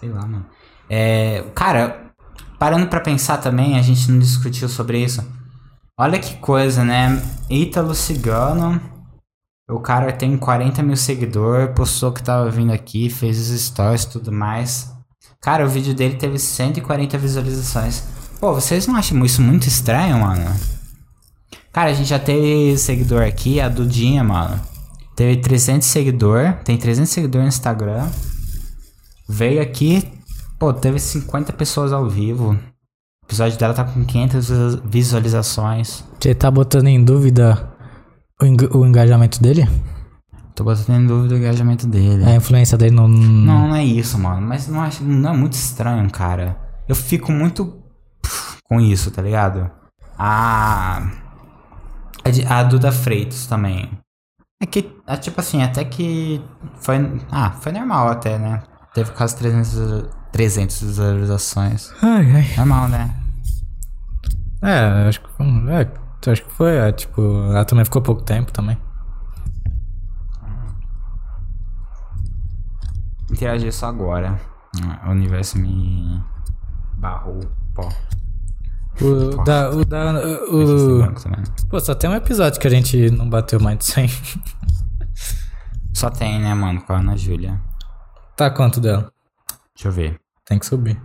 A: Sei lá, mano. É, cara, parando pra pensar também, a gente não discutiu sobre isso. Olha que coisa, né? Ítalo Cigano, o cara tem 40 mil seguidores, postou que tava vindo aqui, fez os stories e tudo mais. Cara, o vídeo dele teve 140 visualizações. Pô, vocês não acham isso muito estranho, mano? Cara, a gente já teve seguidor aqui, a Dudinha, mano. Teve 300 seguidor, tem 300 seguidor no Instagram. Veio aqui, pô, teve 50 pessoas ao vivo. O episódio dela tá com 500 visu- visualizações.
B: Você tá botando em dúvida o, eng- o engajamento dele?
A: Tô botando em dúvida o engajamento dele.
B: A influência dele não.
A: Não, não é isso, mano. Mas não, acho, não é muito estranho, cara. Eu fico muito pff, com isso, tá ligado? A. a de- A Duda Freitas também. É que, é tipo assim, até que. Foi. Ah, foi normal até, né? Teve quase 300, visu- 300 visualizações.
B: Ai, ai.
A: Normal, né?
B: É, eu acho que. É, eu acho que foi. é, tipo, ela também ficou pouco tempo também.
A: Interagir só agora. Ah, O universo me. barrou. Pó.
B: O da. O da.
A: Esse
B: O,
A: branco também.
B: pô, só tem um episódio que a gente não bateu mais de 100.
A: Só tem, né, mano? Com a Ana Júlia.
B: Tá quanto dela?
A: Deixa eu ver.
B: Tem que subir.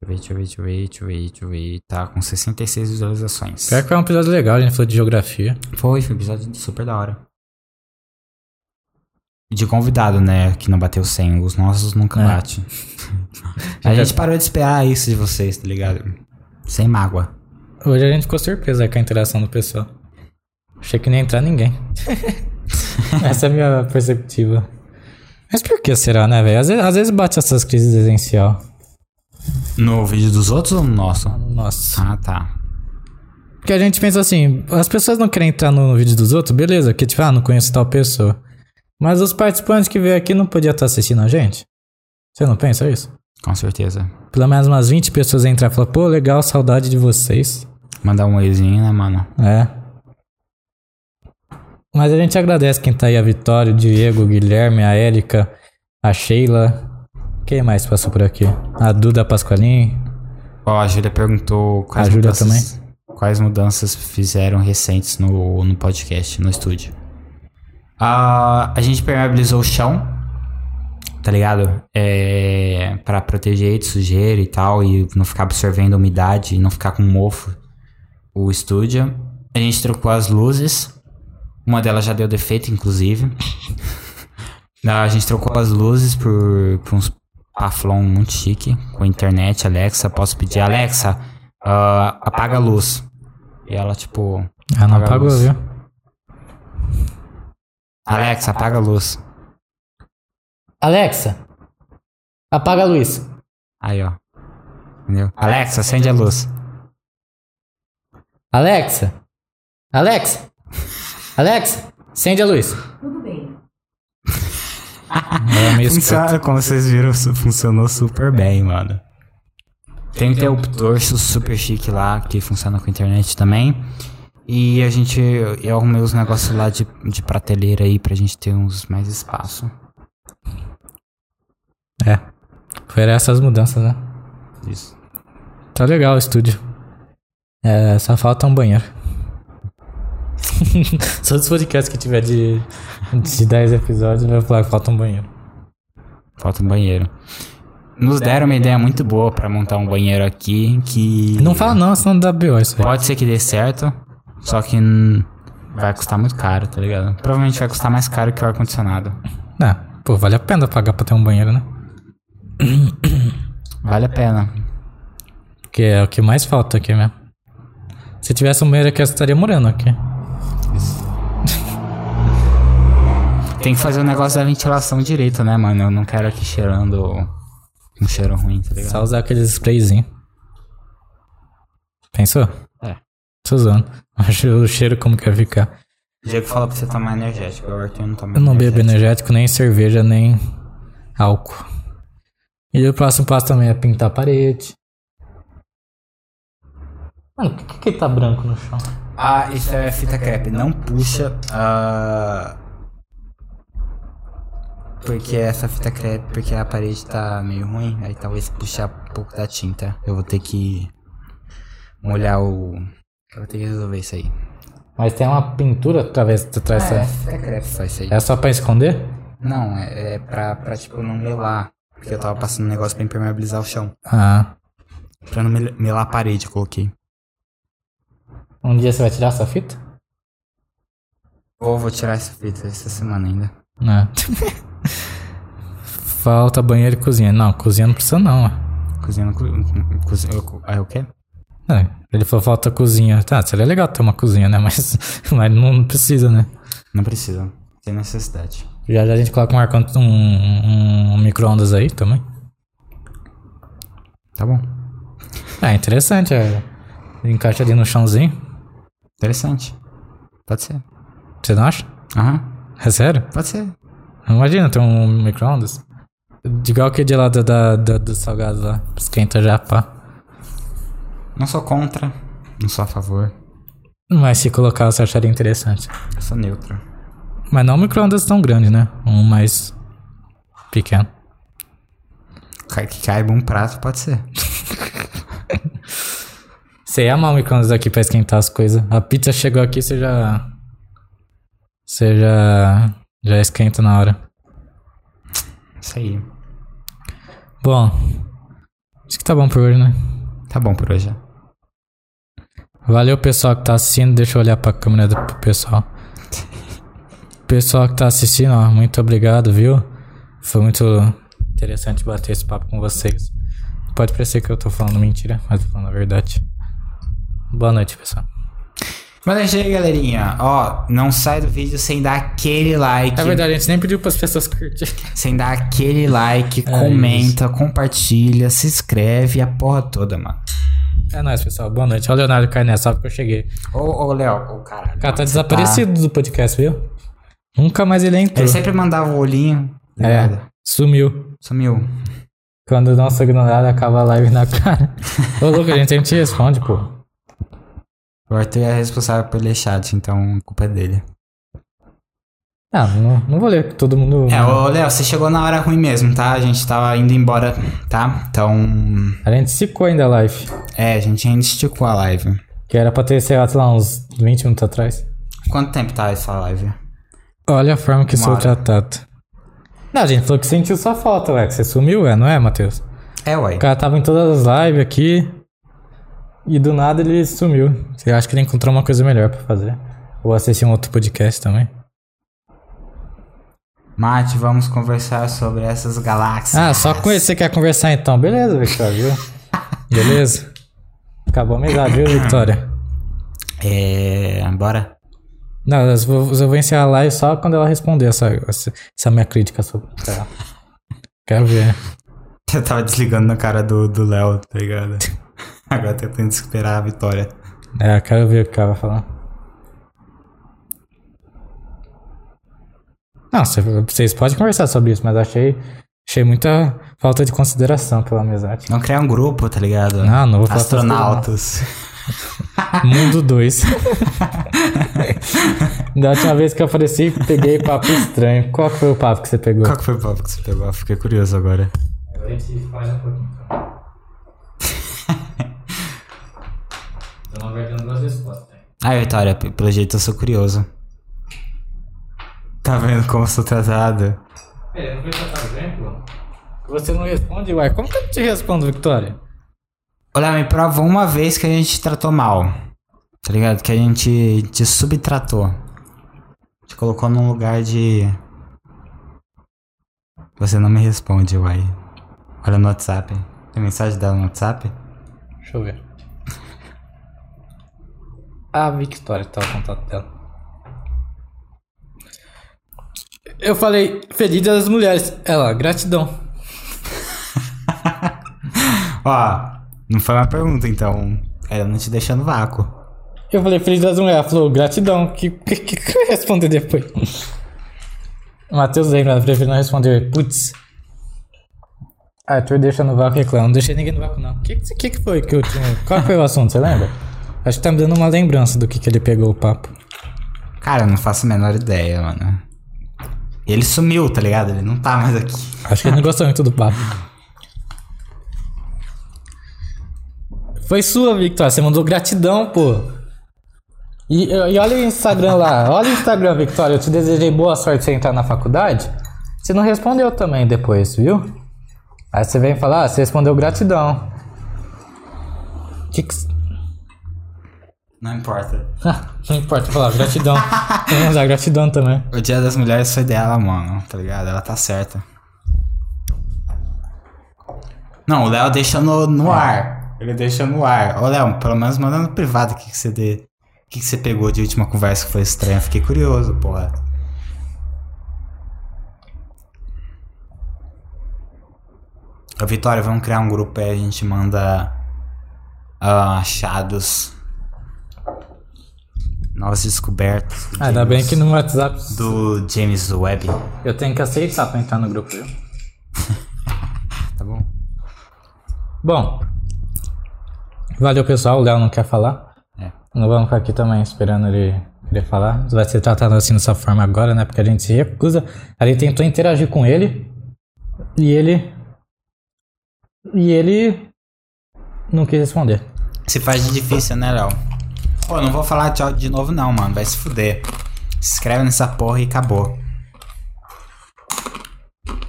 A: Deixa eu ver, deixa eu ver, deixa eu ver, deixa eu ver, deixa eu ver. Tá com 66 visualizações.
B: Pior que é um episódio legal, a gente falou de geografia.
A: Foi, foi um episódio super da hora. De convidado, né? Que não bateu 100. Os nossos nunca
B: É.
A: bate. a gente parou de esperar isso de vocês, tá ligado? Sem mágoa.
B: Hoje a gente ficou surpresa com a interação do pessoal. Achei que não ia entrar ninguém. Essa é a minha perceptiva. Mas por que será, né, velho? Às, ve- às vezes bate essas crises existencial.
A: No vídeo dos outros ou no nosso?
B: Nossa.
A: Ah, tá.
B: Porque a gente pensa assim, as pessoas não querem entrar no vídeo dos outros, beleza, que tipo, ah, não conheço tal pessoa. Mas os participantes que veio aqui não podia estar assistindo a gente? Você não pensa isso?
A: Com certeza.
B: Pelo menos umas 20 pessoas entrar e falar, pô, legal, saudade de vocês.
A: Mandar um oizinho, né, mano?
B: É. Mas a gente agradece quem tá aí, a Vitória, o Diego, o Guilherme, a Érica, a Sheila. Quem mais passou por aqui? A Duda Pasqualin.
A: Ó, a Júlia perguntou quais
B: A Júlia
A: mudanças, quais mudanças fizeram recentes no, no podcast, no estúdio. Ah, a gente permeabilizou o chão, tá ligado? É, para proteger de sujeira e tal, e não ficar absorvendo umidade, e não ficar com mofo o estúdio. A gente trocou as luzes, uma delas já deu defeito, inclusive. a gente trocou as luzes por, por uns Paflon muito chique, com internet, Alexa, posso pedir, Alexa, ah, apaga a luz. E ela, tipo,
B: Ah, não
A: Apaga a
B: apagou,
A: luz.
B: viu?
A: Alexa, apaga a luz.
B: Alexa, apaga a luz.
A: Aí, ó. Entendeu? Alexa, acende a luz.
B: Alexa, Alexa, Alexa, acende a luz.
C: Tudo bem.
B: Ela é meio escrota.
A: Funciona, como vocês viram, su- funcionou super bem, mano. Tem um interruptor su- super chique lá, que funciona com internet também. E a gente, é eu arrumei os negócios lá de, de prateleira aí pra gente ter uns mais espaço.
B: É. Foram essas mudanças, né?
A: Isso.
B: Tá legal o estúdio. É, só falta um banheiro. só dos podcasts que tiver de, de 10 episódios, vai falar que falta um banheiro.
A: Falta um banheiro. Nos deram uma ideia muito boa pra montar um banheiro aqui que.
B: Não fala não, senão dá BO isso aí.
A: Pode ser que dê certo, só que hum, vai custar muito caro, tá ligado? Provavelmente vai custar mais caro que o ar-condicionado.
B: Não, pô, vale a pena pagar pra ter um banheiro, né?
A: Vale a pena.
B: Porque é o que mais falta aqui mesmo. Se tivesse um banheiro aqui, eu estaria morando aqui.
A: Tem que fazer o negócio da ventilação direito, né, mano? Eu não quero aqui cheirando um cheiro ruim, tá ligado?
B: Só usar aqueles sprayzinhos. Pensou?
A: É.
B: Tô zoando. Acho o cheiro como que vai ficar.
A: O Diego fala pra você tomar energético, o Arthur não toma
B: Eu não bebo energético, nem cerveja, nem álcool. E o próximo passo também é pintar a parede. Mano, por que, que tá branco no chão?
A: Ah, isso é fita crepe, não puxa. ah, Porque essa fita crepe, porque a parede tá meio ruim, aí talvez puxar um pouco da tinta. Eu vou ter que molhar o. Eu vou ter que resolver isso aí.
B: Mas tem uma pintura através atrás
A: é
B: dessa.
A: fita crepe só isso aí.
B: É só pra esconder?
A: Não, é, é pra, pra tipo não melar. Porque eu tava passando um negócio pra impermeabilizar o chão.
B: Ah.
A: Pra não mel- melar a parede, eu coloquei.
B: Um dia você vai tirar essa fita?
A: Vou, vou tirar essa fita essa semana ainda.
B: Não. Falta banheiro e cozinha. Não, cozinha não precisa não. ó.
A: Cozinhando. Co, cozinha, aí o quê?
B: É, ele falou falta cozinha. Tá, seria legal ter uma cozinha, né? Mas, mas não precisa, né?
A: Não precisa. Não tem necessidade.
B: Já já a gente coloca um, ar um, um, um micro-ondas aí também.
A: Tá bom.
B: É interessante. É. Encaixa ali no chãozinho.
A: Interessante. Pode ser.
B: Você não acha?
A: Aham.
B: É sério?
A: Pode ser.
B: Imagina ter um micro-ondas. De Igual que de lá da, da, da, do salgado lá. Esquenta já, pá.
A: Não sou contra. Não sou a favor.
B: Mas se colocar, você acharia interessante.
A: Eu sou neutro.
B: Mas não um micro-ondas tão grande, né? Um mais pequeno.
A: Cai- Que caiba um prato, pode ser.
B: Você ia amar o micro-ondas aqui pra esquentar as coisas. A pizza chegou aqui, você já. Você já. Já esquenta na hora.
A: Isso aí.
B: Bom. Acho que tá bom por hoje, né?
A: Tá bom por hoje.
B: Valeu, pessoal que tá assistindo. Deixa eu olhar pra câmera do pro pessoal. Pessoal que tá assistindo, ó, muito obrigado, viu? Foi muito interessante bater esse papo com vocês. Pode parecer que eu tô falando mentira, mas eu tô falando a verdade. Boa noite, pessoal.
A: Mas é isso aí, galerinha. Ó, não sai do vídeo sem dar aquele like.
B: É verdade, a gente nem pediu pras pessoas curtirem.
A: Sem dar aquele
B: É
A: like, comenta, compartilha, se inscreve, a porra toda, mano.
B: É nóis, pessoal. Boa noite. Olha o Leonardo Carné, só porque eu cheguei.
A: Ô, ô, Léo, ô, caralho.
B: O cara tá desaparecido do podcast, viu? Nunca mais ele entrou.
A: Ele sempre mandava o olhinho.
B: É,
A: ligado?
B: sumiu.
A: Sumiu.
B: Quando o nosso ignorado acaba a live na cara. Ô, louco, a gente sempre te responde, pô.
A: O Arthur é responsável pelo chat, então a culpa é dele.
B: Ah, não, não vou ler que todo mundo.
A: É, ô, Léo, você chegou na hora ruim mesmo, tá? A gente tava indo embora, tá? Então,
B: A gente secou ainda a live.
A: é, a gente ainda esticou a live.
B: Que era pra ter, sei lá, sei lá, uns 20 minutos atrás.
A: Quanto tempo tá essa live?
B: Olha a forma que sou
A: hora.
B: tratado. Não, a gente falou que sentiu sua falta, ué. Que você sumiu, ué, não é, Matheus?
A: É, uai.
B: O cara tava em todas as lives aqui. E do nada ele sumiu. Você acha que ele encontrou uma coisa melhor pra fazer? Ou assistir um outro podcast também?
A: Mate, vamos conversar sobre essas galáxias.
B: Ah, só com esse você quer conversar então. Beleza, Victoria, viu? Beleza? Acabou a amizade, viu, Victoria?
A: É, bora.
B: Não, eu vou, eu vou encerrar a live só quando ela responder essa, essa, essa minha crítica sobre ela. Quero ver.
A: Eu tava desligando na cara do do Léo, tá ligado? Agora tô tentando esperar a vitória.
B: É, eu quero ver o que ela vai falar. Não, cê- vocês podem conversar sobre isso, mas achei, achei muita falta de consideração pela amizade. Ah,
A: Não criar um grupo, tá ligado?
B: Não, não vou falar pra você,
A: Astronautas.
B: Mundo 2. da última vez que eu apareci, peguei papo estranho. Qual foi o papo que você pegou?
A: Qual que foi o papo que você pegou? Fiquei curioso agora.
B: Agora a gente faz um pouquinho, então. Estamos aguardando duas respostas. né?
A: Ah, Vitória, p- pelo jeito eu sou curioso. Tá vendo como eu sou tratado?
B: Peraí, não foi só exemplo? Você não responde, uai. Como que eu te respondo, Victoria?
A: Olha, me prova uma vez que a gente te tratou mal. Tá ligado? Que a gente te subtratou. Te colocou num lugar de. Você não me responde, uai. Olha no WhatsApp. Tem mensagem dela no WhatsApp?
B: Deixa eu ver. A Victoria, tá o contato dela. Eu falei, feliz das mulheres. Ela, gratidão.
A: Ó, não foi uma pergunta então. Ela não te deixou no vácuo.
B: Eu falei, feliz das mulheres. Ela falou, gratidão. Que que, que, que eu ia responder depois? O Matheus lembra, ela prefere não responder. Putz. Arthur deixa no vácuo e reclama. Não deixei ninguém no vácuo, não. O que, que, que que foi que eu tinha. Qual foi o assunto, você lembra? Acho que tá me dando uma lembrança do que, que ele pegou o papo.
A: Cara, eu não faço a menor ideia, mano. Ele sumiu, tá ligado? Ele não tá mais aqui.
B: Acho que ele não gostou muito do papo. Foi sua, Victoria. Você mandou gratidão, pô. E, e olha o Instagram lá. Olha o Instagram, Victoria. Eu te desejei boa sorte você entrar na faculdade. Você não respondeu também depois, viu? Aí você vem falar, ah, você respondeu gratidão. Que que...
A: Não importa.
B: não importa falar, gratidão. Vamos usar gratidão também.
A: O dia das mulheres foi dela, mano, tá ligado? Ela tá certa. Não, o Léo deixa no, no ar. Ele deixa no ar. Ô, Léo, pelo menos manda no privado o que, que você de- que, que você pegou de última conversa que foi estranha? Fiquei curioso, porra. Ô, Vitória, vamos criar um grupo aí, a gente manda ah, achados. Novas descobertas. do
B: Ah, ainda bem que no WhatsApp
A: Do James Webb.
B: eu tenho que aceitar pra entrar no grupo, viu?
A: Tá bom?
B: Bom, valeu pessoal, o Léo não quer falar.
A: É.
B: Não vamos ficar aqui também esperando ele querer falar. Vai ser tratado assim dessa forma agora, né? Porque a gente se recusa. A gente tentou interagir com ele e ele. E ele. Não quis responder.
A: Se faz de difícil, né, Léo? Pô, não vou falar tchau de novo, não, mano. Vai se fuder. Se inscreve nessa porra e acabou.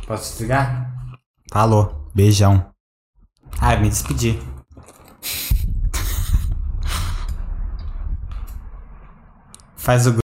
A: Posso desligar? Falou. Beijão. Ah, me despedi. Faz o